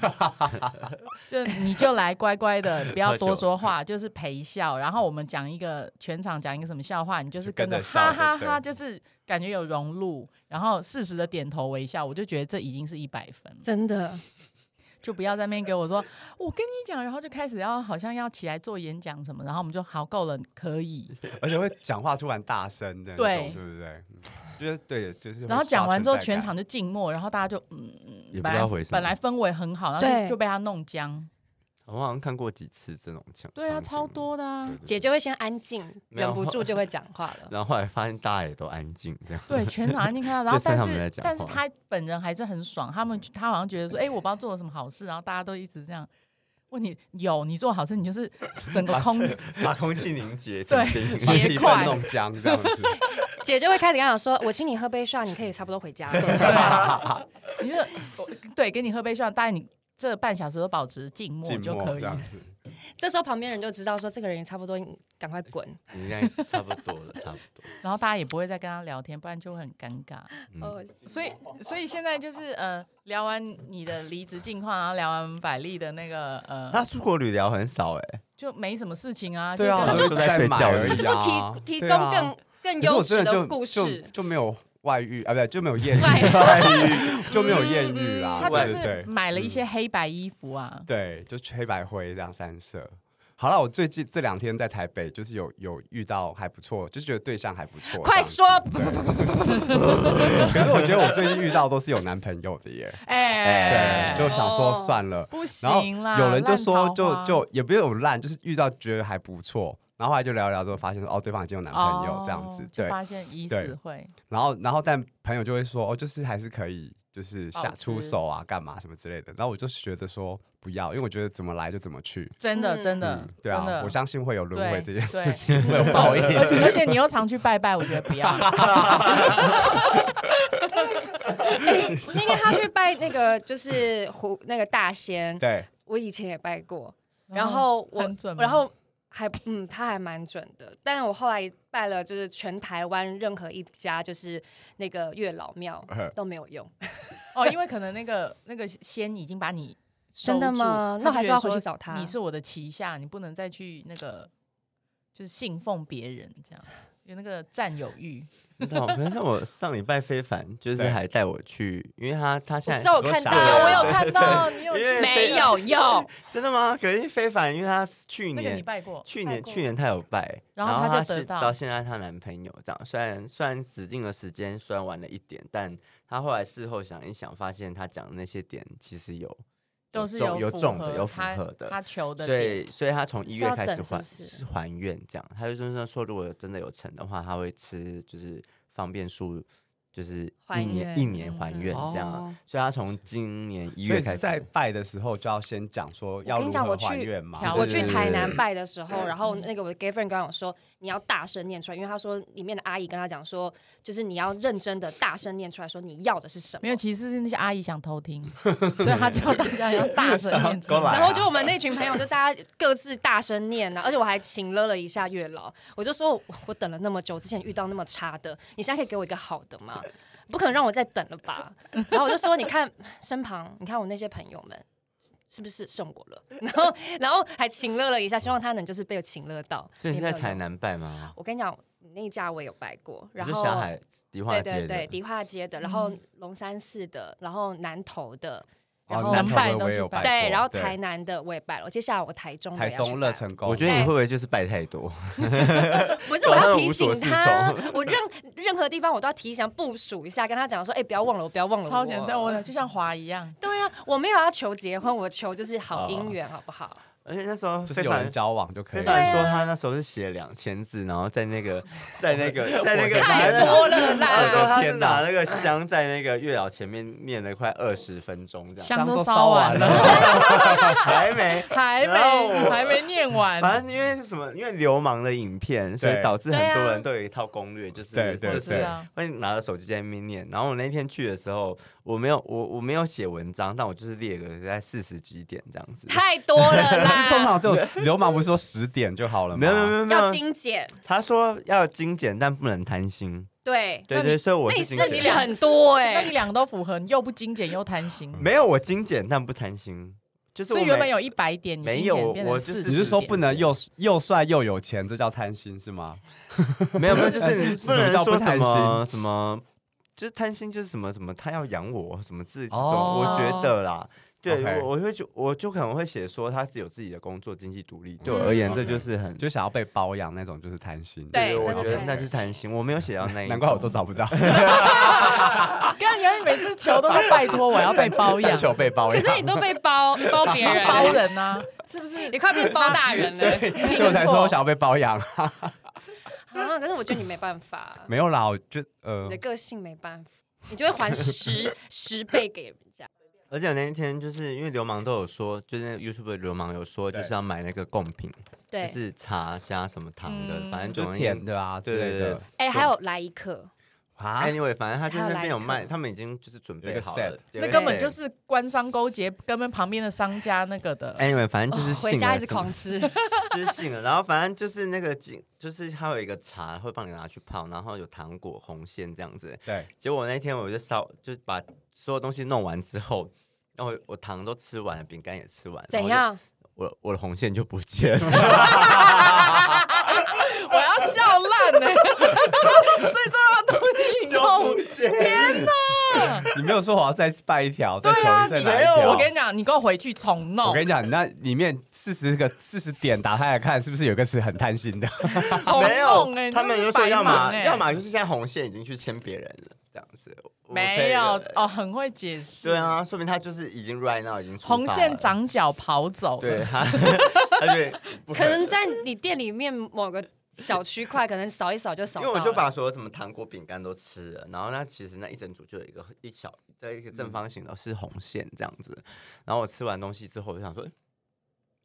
Speaker 2: 就你就来乖乖的，不要多说话，就是陪笑。然后我们讲一个全场讲一个什么笑话，你就是
Speaker 1: 就
Speaker 2: 嗯
Speaker 1: 跟
Speaker 2: 跟着
Speaker 1: 着笑
Speaker 2: 哈哈
Speaker 1: 对
Speaker 2: 哈，就是感觉有融入，然后适时的点头微笑，我就觉得这已经是一百分了。
Speaker 3: 真的，
Speaker 2: 就不要在那边给我说，我跟你讲，然后就开始要好像要起来做演讲什么，然后我们就好够了，可以。
Speaker 1: 而且会讲话突然大声的那
Speaker 2: 对
Speaker 1: 种，对不对？嗯就是对，就是会
Speaker 2: 然后讲完之后，
Speaker 1: 刷存在
Speaker 2: 全
Speaker 1: 感 [laughs]
Speaker 2: 场就静默，然后大家就嗯，嗯本
Speaker 4: 也不知
Speaker 2: 来
Speaker 4: 道回什么
Speaker 2: 本来氛围很好，然后
Speaker 3: 对
Speaker 2: 就就被他弄僵。
Speaker 4: 我好像看过几次这种情。
Speaker 2: 对啊，
Speaker 4: 场景
Speaker 2: 超。多的啊
Speaker 4: 对。对
Speaker 3: 姐就会先安静，
Speaker 4: 嗯没有
Speaker 3: 忍不住就会讲话
Speaker 4: [laughs]
Speaker 3: 了。
Speaker 4: 然后后来发现大家也都安静，这样。
Speaker 2: [laughs] 对，全场安静看到，然
Speaker 4: 就
Speaker 2: 后
Speaker 4: 剩
Speaker 2: 但
Speaker 4: 他们在
Speaker 2: 是
Speaker 4: 讲
Speaker 2: 但是
Speaker 4: 话
Speaker 2: 他本人还是很爽，他们他好像觉得说，哎、我不知道做了什么好事，然后大家都一直这样问你，有你做好事，你就是整个空
Speaker 4: [laughs] 把空气凝结
Speaker 2: 对
Speaker 4: 成冰，
Speaker 1: 把
Speaker 2: 结
Speaker 1: 气
Speaker 2: 块
Speaker 1: 氛弄僵这
Speaker 2: [laughs]
Speaker 1: 样子。
Speaker 3: 姐就会开始跟他讲说：“我请你喝杯 shot，你可以差不多回家了。
Speaker 2: 你就对，给你喝杯水，但你这半小时都保持静默
Speaker 1: 静
Speaker 2: 就
Speaker 1: 默
Speaker 2: 可
Speaker 1: 这
Speaker 2: 以。
Speaker 1: 样子，”
Speaker 3: 这时候旁边人就知道说这个人差不多，你赶快滚。
Speaker 4: 你现在差不多了，差不多。
Speaker 2: 然后大家也不会再跟他聊天，不然就会很尴尬。
Speaker 3: 哦
Speaker 4: 嗯，，
Speaker 2: 所以，所以现在就是呃，聊完你的离职近况，然后聊完百丽的那个
Speaker 4: 他
Speaker 2: 呃，
Speaker 4: 出国旅聊很少哎，
Speaker 2: 就没什么事情啊，
Speaker 1: 对啊，
Speaker 2: 就
Speaker 1: 我
Speaker 2: 跟
Speaker 4: 就
Speaker 1: 在买
Speaker 4: 在睡觉
Speaker 1: 而已
Speaker 4: 而已
Speaker 1: 啊
Speaker 4: 啊
Speaker 3: 就不提提供
Speaker 1: 对啊
Speaker 3: 更更
Speaker 1: 可是我
Speaker 3: 优
Speaker 1: 真
Speaker 3: 质
Speaker 1: 的就
Speaker 3: 的故
Speaker 1: 就
Speaker 3: 事。
Speaker 1: 就没有外遇啊，不对，就没有艳
Speaker 3: 外
Speaker 1: 遇， [laughs] 就没有艳遇啦。
Speaker 2: 嗯他就
Speaker 1: 对
Speaker 2: 是
Speaker 1: 对嗯
Speaker 2: 买了一些黑白衣服啊，
Speaker 1: 对，对就黑白灰这样三色。好了，我最近这两天在台北，就是有有遇到还不错，就是觉得对象还不错。
Speaker 3: 快
Speaker 1: 这样
Speaker 3: 说
Speaker 1: 子对 [laughs] 可是我觉得我最近遇到都是有男朋友的耶，
Speaker 2: 哎、
Speaker 1: 对，就想说
Speaker 3: 哦
Speaker 1: 算了。
Speaker 2: 不
Speaker 1: 然后
Speaker 2: 行啦。
Speaker 1: 有人就
Speaker 2: 烂
Speaker 1: 说
Speaker 2: 桃
Speaker 1: 就
Speaker 2: 花
Speaker 1: 就也不有烂，就是遇到觉得还不错，然后后来就聊一聊之后发现说哦，对方已经有男朋友这样子
Speaker 2: 哦，就
Speaker 1: 对，
Speaker 2: 发现疑
Speaker 1: 对
Speaker 2: 似会
Speaker 1: 然后然后但朋友就会说哦，就是还是可以就是下
Speaker 2: 保持
Speaker 1: 出手啊，干嘛什么之类的，然后我就是觉得说不要，因为我觉得怎么来就怎么去，
Speaker 2: 真的
Speaker 3: 嗯
Speaker 2: 真的、
Speaker 1: 嗯，对
Speaker 2: 真的
Speaker 1: 啊，我相信会有轮回这
Speaker 2: 对
Speaker 1: 件
Speaker 2: 对
Speaker 1: 事情，会有报应，
Speaker 2: [laughs] 而且而且你又常去拜拜，我觉得
Speaker 1: [laughs]
Speaker 2: 不要。
Speaker 3: 那天他去拜那个就是湖那个大仙，
Speaker 1: 对，
Speaker 3: 我以前也拜过，然后我
Speaker 2: 很准吗，
Speaker 3: 然后还嗯，他还蛮准的。但我后来拜了，就是全台湾任何一家就是那个月老庙
Speaker 1: 呃
Speaker 3: 都没有用，
Speaker 2: [laughs] 哦，因为可能那个那个仙已经把你收
Speaker 3: 真的吗
Speaker 2: 住他
Speaker 3: 那我
Speaker 2: 觉
Speaker 3: 还
Speaker 2: 得
Speaker 3: 是要回
Speaker 2: 说
Speaker 3: 去找他
Speaker 2: 你是我的旗下，你不能再去那个就是信奉别人这样，有那个占有欲。
Speaker 4: 你知道吗，可是像我上礼拜非凡就是
Speaker 1: 对
Speaker 4: 还带我去，因为他他现
Speaker 3: 我
Speaker 4: 在
Speaker 3: 知道我
Speaker 1: 说
Speaker 3: 看
Speaker 1: 傻
Speaker 3: 到，
Speaker 1: 对
Speaker 2: 啊，
Speaker 1: 人
Speaker 2: 我
Speaker 1: 对
Speaker 2: 有看到你有
Speaker 4: 因为
Speaker 2: 去
Speaker 3: 没有用，
Speaker 4: 真的吗？可是非凡，因为他去
Speaker 2: 那个你
Speaker 4: 年
Speaker 2: 拜过，
Speaker 4: 去
Speaker 3: 拜
Speaker 4: 年
Speaker 3: 过
Speaker 4: 去年她有拜，
Speaker 2: 然后
Speaker 4: 后
Speaker 2: 她就得
Speaker 4: 是
Speaker 2: 到
Speaker 4: 到现在她男朋友这样，虽然虽然指定的时间虽然晚了一点，但她后来事后想一想，发现她讲的那些点其实有
Speaker 2: 都是
Speaker 4: 中有
Speaker 2: 符
Speaker 4: 中
Speaker 2: 合
Speaker 4: 的有符
Speaker 2: 他
Speaker 4: 合的。
Speaker 2: 他求的
Speaker 4: 所
Speaker 2: 点。
Speaker 4: 以，所以她从一
Speaker 3: 是要
Speaker 4: 月开
Speaker 3: 等是
Speaker 4: 始
Speaker 3: 不
Speaker 4: 还
Speaker 3: 是
Speaker 4: 是还愿这样，她就说说，如果真的有成的话，她会吃就是方便素，就是一
Speaker 3: 还
Speaker 4: 年一
Speaker 3: 愿
Speaker 4: 年还
Speaker 3: 嗯
Speaker 4: 愿这样啊。
Speaker 1: 哦
Speaker 4: 所以她从今年一
Speaker 1: 所
Speaker 4: 月
Speaker 1: 以
Speaker 4: 开
Speaker 1: 是
Speaker 4: 始，
Speaker 1: 在拜的时候就要先讲说要
Speaker 3: 跟
Speaker 1: 如
Speaker 3: 你讲
Speaker 1: 何
Speaker 3: 我去
Speaker 1: 还愿嘛，
Speaker 2: 调
Speaker 3: 我
Speaker 4: 对
Speaker 3: 去
Speaker 4: 对对
Speaker 3: 台
Speaker 4: 对
Speaker 3: 南拜的时候，然后那个我的 gay friend 跟我说，你要大声念出来，因为他说里面的阿姨跟他讲说，就是你要认真的大声念出来，说你要的是什么。
Speaker 2: 没有，其实是那些阿姨想偷
Speaker 4: [laughs]
Speaker 2: 听，所以他叫大家要大声念出
Speaker 1: 过来
Speaker 4: 啊
Speaker 2: 来。
Speaker 3: 然后就我们那群朋友就大家各自大声念啊呐、而且我还请了了一下月老，我就说我我等了那么久，之前遇到那么差的，你现在可以给我一个好的吗？不可能让我再等了吧？然后我就说，你看身旁，你看我那些朋友们。是不是胜我了？ [laughs] 然后，然后还请乐了一下，希望他能就是被我请乐到。
Speaker 4: 所以
Speaker 3: 也
Speaker 4: 你是
Speaker 3: 没
Speaker 4: 在
Speaker 3: 有
Speaker 4: 台
Speaker 3: 用，
Speaker 4: 南拜吗？
Speaker 3: 我跟你讲，嗯那一架我也有拜过，然
Speaker 4: 你
Speaker 3: 后
Speaker 4: 说霞海迪化
Speaker 3: 对
Speaker 4: 街
Speaker 3: 对
Speaker 4: 的，
Speaker 3: 对，迪化街的，然后
Speaker 2: 嗯
Speaker 3: 龙山寺的，然后南投的，然
Speaker 1: 哦，
Speaker 3: 后
Speaker 1: 南
Speaker 2: 能拜
Speaker 1: 投的
Speaker 2: 都
Speaker 1: 我也
Speaker 2: 去
Speaker 1: 有
Speaker 2: 拜
Speaker 1: 拜
Speaker 3: 对，
Speaker 1: 过
Speaker 3: 然后台南的我也拜了，接下来我台中的
Speaker 1: 台
Speaker 3: 也要去
Speaker 1: 中乐
Speaker 3: 拜
Speaker 1: 成功，
Speaker 4: 我觉得你会不会就是拜
Speaker 3: [laughs]
Speaker 4: 太多？
Speaker 3: 哎不是我要提
Speaker 4: 搞
Speaker 3: 醒
Speaker 4: 得他
Speaker 3: 他，我任 [laughs] 任何地方我都要提醒部署一下，跟他讲说，哎、不要忘了我，不要忘了我。
Speaker 2: 超简单，我就像华一样，
Speaker 3: 对啊，我没有要求结婚，我求就是好姻缘，好不好？
Speaker 4: 而且那时候
Speaker 1: 就是
Speaker 4: 非
Speaker 1: 有
Speaker 4: 凡
Speaker 1: 人交往就可
Speaker 4: 非
Speaker 1: 以
Speaker 3: 对
Speaker 1: 了。
Speaker 4: 凡
Speaker 3: 啊
Speaker 4: 说他那时候是写两千字，然后在那个在那个在那个
Speaker 3: 太多了
Speaker 4: 他说
Speaker 3: 啦，
Speaker 4: 他是拿那个香在那个月老前面念了快二十分
Speaker 1: [laughs]
Speaker 4: 钟这样，
Speaker 2: 香都
Speaker 1: 都
Speaker 2: 烧
Speaker 1: 完
Speaker 2: 完了，
Speaker 4: 还没。
Speaker 2: 还
Speaker 4: 然后
Speaker 2: 没
Speaker 4: 我
Speaker 2: 还没念完，
Speaker 4: 反正因为是什么，因为流氓的影片，所以
Speaker 1: 对
Speaker 4: 导致很多
Speaker 3: 对啊
Speaker 4: 人都有一套攻略，就是
Speaker 1: 对对
Speaker 4: 就
Speaker 1: 对
Speaker 4: 是
Speaker 2: 是啊，
Speaker 4: 会拿着手机在那边念。然后我那天去的时候，我没有我我没有写文章，但我就是列个在四十几点这样子。
Speaker 3: 太多了
Speaker 1: 可是 [laughs] 通
Speaker 3: 啦，
Speaker 1: 常只有十流氓不是说十点就好了吗？
Speaker 4: 没有没有没有没
Speaker 3: 要
Speaker 4: 有，
Speaker 3: 精简。
Speaker 4: 他说要精简，但不能贪心。
Speaker 3: 对，
Speaker 4: 对
Speaker 2: 那
Speaker 4: 对，
Speaker 2: 你
Speaker 4: 所以我
Speaker 3: 那
Speaker 4: 是
Speaker 3: 你
Speaker 4: 精
Speaker 3: 四
Speaker 2: 你
Speaker 3: 十
Speaker 4: 简，
Speaker 2: 俩
Speaker 3: 很多
Speaker 2: 那
Speaker 3: 哎、
Speaker 2: 你两个都符合，你又不精简又贪心，
Speaker 4: 没有我精简，但不贪心，就是
Speaker 2: 所
Speaker 4: 我
Speaker 2: 以原本
Speaker 4: 每
Speaker 2: 有一百点，你
Speaker 4: 没
Speaker 2: 精
Speaker 4: 有
Speaker 2: 简变成
Speaker 4: 我就是
Speaker 2: 40
Speaker 1: 你是说
Speaker 2: 点
Speaker 1: 不能又又帅又有钱，这叫贪心是吗？
Speaker 4: [laughs] 没有没有，就是
Speaker 1: [laughs]
Speaker 4: 你不
Speaker 1: 什么
Speaker 4: 能
Speaker 1: 叫
Speaker 4: 说
Speaker 1: 不
Speaker 4: 什
Speaker 1: 贪
Speaker 4: 么什么，就是贪心就是什么什么，他要养我什么字这种，
Speaker 1: 哦
Speaker 4: 我觉得啦。对
Speaker 1: OK
Speaker 4: 我我会就我就可能会写说他只有自己的工作，经济独立。对我
Speaker 3: 嗯
Speaker 4: 而言，
Speaker 1: OK
Speaker 4: 这就是很
Speaker 1: 就想要被包养那种，就是贪心。
Speaker 3: 对
Speaker 4: 我
Speaker 3: 那就
Speaker 4: 觉得
Speaker 3: 贪
Speaker 4: 那是
Speaker 3: 心
Speaker 4: 贪心。我没有写
Speaker 1: [laughs]
Speaker 4: 到那一种，
Speaker 1: 难怪我都找不到，
Speaker 2: 刚啊原来每次求都是拜托 [laughs]
Speaker 4: [laughs]
Speaker 2: 我要被包养，
Speaker 1: 很久
Speaker 2: 是
Speaker 1: 被包
Speaker 3: 可
Speaker 1: 养。
Speaker 3: 是你都被包包别人，
Speaker 2: 包人啊呐，是不是？
Speaker 3: 你快变包大人
Speaker 1: 所
Speaker 3: 了
Speaker 1: 以，所以
Speaker 3: [laughs]
Speaker 1: 我才说我想要被包养。
Speaker 3: 啊！可是我觉得你没办法，
Speaker 1: 没有啦，我就呃
Speaker 4: 嗯
Speaker 3: 你的，个性没办法，你就会还十 [laughs] 十倍给人家。
Speaker 4: 而且那一天就是因为流氓都有说，就是那个 YouTube 流氓有说，就
Speaker 1: 对
Speaker 4: 是要买那个贡品，就
Speaker 3: 对，
Speaker 4: 是茶加什么糖的，
Speaker 2: 嗯
Speaker 4: 反正
Speaker 1: 就
Speaker 4: 总而言
Speaker 1: 甜的啊之
Speaker 4: 对对
Speaker 1: 类的
Speaker 3: 哎、还有来一刻，
Speaker 1: 啊
Speaker 4: Anyway，反正他就
Speaker 3: 还有
Speaker 4: 那边有
Speaker 3: 来一
Speaker 4: 卖，
Speaker 3: 颗
Speaker 4: 他们已经就是准
Speaker 1: 有一
Speaker 4: 备
Speaker 1: 个
Speaker 4: 好了
Speaker 1: set，
Speaker 4: 有一
Speaker 2: 那
Speaker 4: 个
Speaker 2: 根本
Speaker 4: set
Speaker 2: 就是官商勾结，根本旁边的商家那个的。
Speaker 4: Anyway，反正
Speaker 2: 哦
Speaker 4: 就是
Speaker 3: 回
Speaker 4: 信
Speaker 3: 家
Speaker 4: 了
Speaker 3: 一直
Speaker 4: 什么
Speaker 3: 狂 [laughs] 吃。
Speaker 4: [laughs] 哦就是信了，然后反正就是那个金，就是它有一个茶会帮你拿去泡，然后有糖果、红线这样子。
Speaker 1: 对，
Speaker 4: 结果那天我就烧，就把所有东西弄完之后，然后我我糖都吃完了，饼干也吃完，
Speaker 3: 怎？样？
Speaker 4: 我我的红线就不见
Speaker 2: [laughs]
Speaker 4: 了，
Speaker 2: 我要笑烂呢、 [laughs] 最重要的东西你弄，天哪！
Speaker 1: 你没有说我要再拜一条，再求
Speaker 2: 对啊，
Speaker 1: 一
Speaker 2: 你
Speaker 1: 再买一条。
Speaker 2: 我跟你讲，你给我回去重
Speaker 1: 我
Speaker 2: 弄
Speaker 1: 跟，你讲，你那里面四十个四十点打开来看，是不是有一个是很贪心的？ [laughs]
Speaker 2: 重
Speaker 4: [laughs] 没有
Speaker 2: 弄哎、你真的是
Speaker 4: 他们就说要
Speaker 2: 白忙
Speaker 4: 么、
Speaker 2: 哎
Speaker 4: 要么就是现在红线已经去签别人了，这样子。我
Speaker 2: 没有
Speaker 4: 可以
Speaker 2: 哦，很会解释。
Speaker 4: 对，啊，说明他就是已经 right now 已经出发
Speaker 2: 红线
Speaker 4: 了，
Speaker 2: 长脚跑走
Speaker 4: 对
Speaker 2: 了，
Speaker 4: 他， [laughs] 而且不
Speaker 3: 可能在你店里面某个小区块，可能扫一扫就扫
Speaker 4: 因
Speaker 3: 到
Speaker 4: 为
Speaker 3: 了。
Speaker 4: 我就把所有什么糖果、饼干都吃了，然后那其实那一整组就有一个一小在一个正方形的是红线这样子，然后我吃完东西之后我就想说，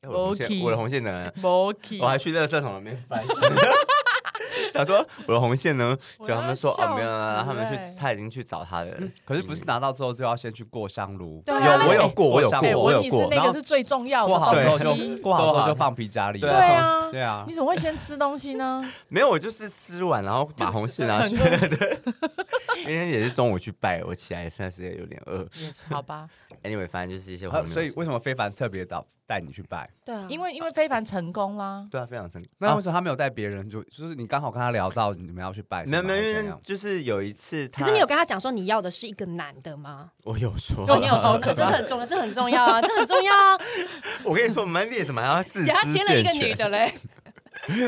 Speaker 4: 哎我的红线，
Speaker 2: Multi
Speaker 4: 我的红线呢？
Speaker 2: 摩 key
Speaker 4: 我还去垃圾桶那边
Speaker 2: [laughs]
Speaker 4: 翻，想说我的红线呢？
Speaker 2: 我
Speaker 4: 就他们说
Speaker 2: 要笑
Speaker 4: 哦没有啦，
Speaker 2: 死
Speaker 4: 他们
Speaker 2: 欸
Speaker 4: 去他已经去找他的嗯人，
Speaker 1: 嗯可是不是拿到之后就要先去过香炉？
Speaker 3: 对啊
Speaker 4: 有我有过，我有
Speaker 1: 哎
Speaker 4: 过，我有
Speaker 2: 你是
Speaker 4: 过，
Speaker 2: 那个是最重要
Speaker 1: 过好
Speaker 2: 的
Speaker 1: 之后
Speaker 2: 东
Speaker 1: 就
Speaker 2: 西。
Speaker 1: 过好之后就放皮夹里。
Speaker 4: 对
Speaker 2: 对啊，
Speaker 1: 对啊
Speaker 2: 你，怎么会先吃东西呢？
Speaker 4: 没有，我就是吃完然后把红线拿去
Speaker 2: 很。多
Speaker 4: 那天也是中午去拜，我起来实在是有点饿。
Speaker 2: 也是好吧，
Speaker 4: Anyway，反正就是一些荒
Speaker 1: 呃
Speaker 4: 谬的事，
Speaker 1: 所以为什么非凡特别导带你去拜？
Speaker 3: 对啊，
Speaker 2: 因
Speaker 3: 为
Speaker 2: 为因为非凡成功啦，
Speaker 4: 对啊，非常成功。
Speaker 1: 那为什么他没有带别人？就就是你刚好跟他聊到你们要去拜什
Speaker 4: 没
Speaker 1: 么，
Speaker 4: 有没
Speaker 1: 还
Speaker 4: 有，
Speaker 1: 是
Speaker 4: 因
Speaker 1: 怎
Speaker 4: 为
Speaker 1: 样
Speaker 4: 就是有一次他，
Speaker 3: 可是你有跟他讲说你要的是一个男的吗？
Speaker 4: 我有说，
Speaker 3: 哦，你有说，这这很重要，这很重要啊，这很重要
Speaker 4: [laughs]
Speaker 3: 啊。
Speaker 4: 我跟你说，我们列什么还要四肢
Speaker 3: 等下签了一个女
Speaker 4: 健
Speaker 3: 的嘞，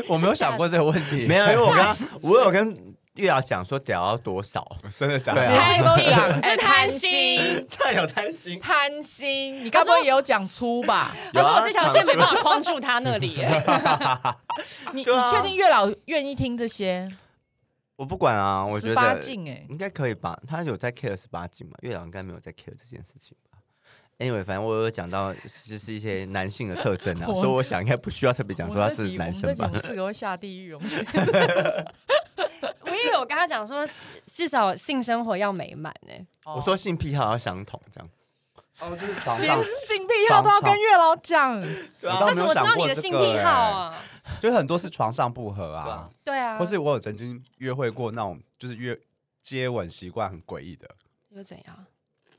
Speaker 1: 我没有想过这个问题，
Speaker 4: 全，没有，因为我跟他，我有跟月老讲说屌要多少，
Speaker 1: [laughs] 真的假
Speaker 4: [laughs] 对啊
Speaker 1: 的？
Speaker 3: 贪心
Speaker 2: 哎，
Speaker 3: 真
Speaker 4: [laughs]
Speaker 3: 贪心。
Speaker 4: 太有贪心。
Speaker 2: 贪心，你该不会也有讲粗吧？
Speaker 3: 他
Speaker 4: 有
Speaker 3: 说
Speaker 4: 啊
Speaker 3: 我这条线没办法框住他那里耶，
Speaker 4: [laughs]
Speaker 2: 你、
Speaker 4: 对啊
Speaker 2: 你确定月老愿意听这些？
Speaker 4: 我不管啊，我觉
Speaker 2: 十八
Speaker 4: 得
Speaker 2: 禁哎、
Speaker 4: 应该可以吧？他有在 care 十八禁吗？月老应该没有在 care 这件事情吧？Anyway，反正我有讲到就是一些男性的特征啊，
Speaker 2: 我
Speaker 4: 所以我想应该不需要特别讲说他是男生
Speaker 2: 我
Speaker 4: 吧
Speaker 2: 们这集我们这集我。们四个会下地狱，我们
Speaker 3: 我也有跟他讲说，至少性生活要美满哎。
Speaker 2: 哦
Speaker 4: 我说性癖好要相同这样。
Speaker 1: 哦，就是床
Speaker 2: 连性癖好都要跟月老讲，
Speaker 1: 我
Speaker 4: 啊
Speaker 1: 倒
Speaker 3: 他
Speaker 1: 没
Speaker 3: 怎
Speaker 1: 有
Speaker 3: 么知
Speaker 1: 想
Speaker 3: 道你
Speaker 1: 过
Speaker 3: 的
Speaker 1: 这
Speaker 3: 性
Speaker 1: 个
Speaker 3: 癖好
Speaker 1: 欸，
Speaker 3: 啊？
Speaker 1: 就很多是床上不合
Speaker 4: 对
Speaker 1: 啊
Speaker 4: 啊，
Speaker 3: 对啊，
Speaker 1: 或是我有曾经约会过那种就是约接吻习惯很诡异的，
Speaker 3: 又怎样？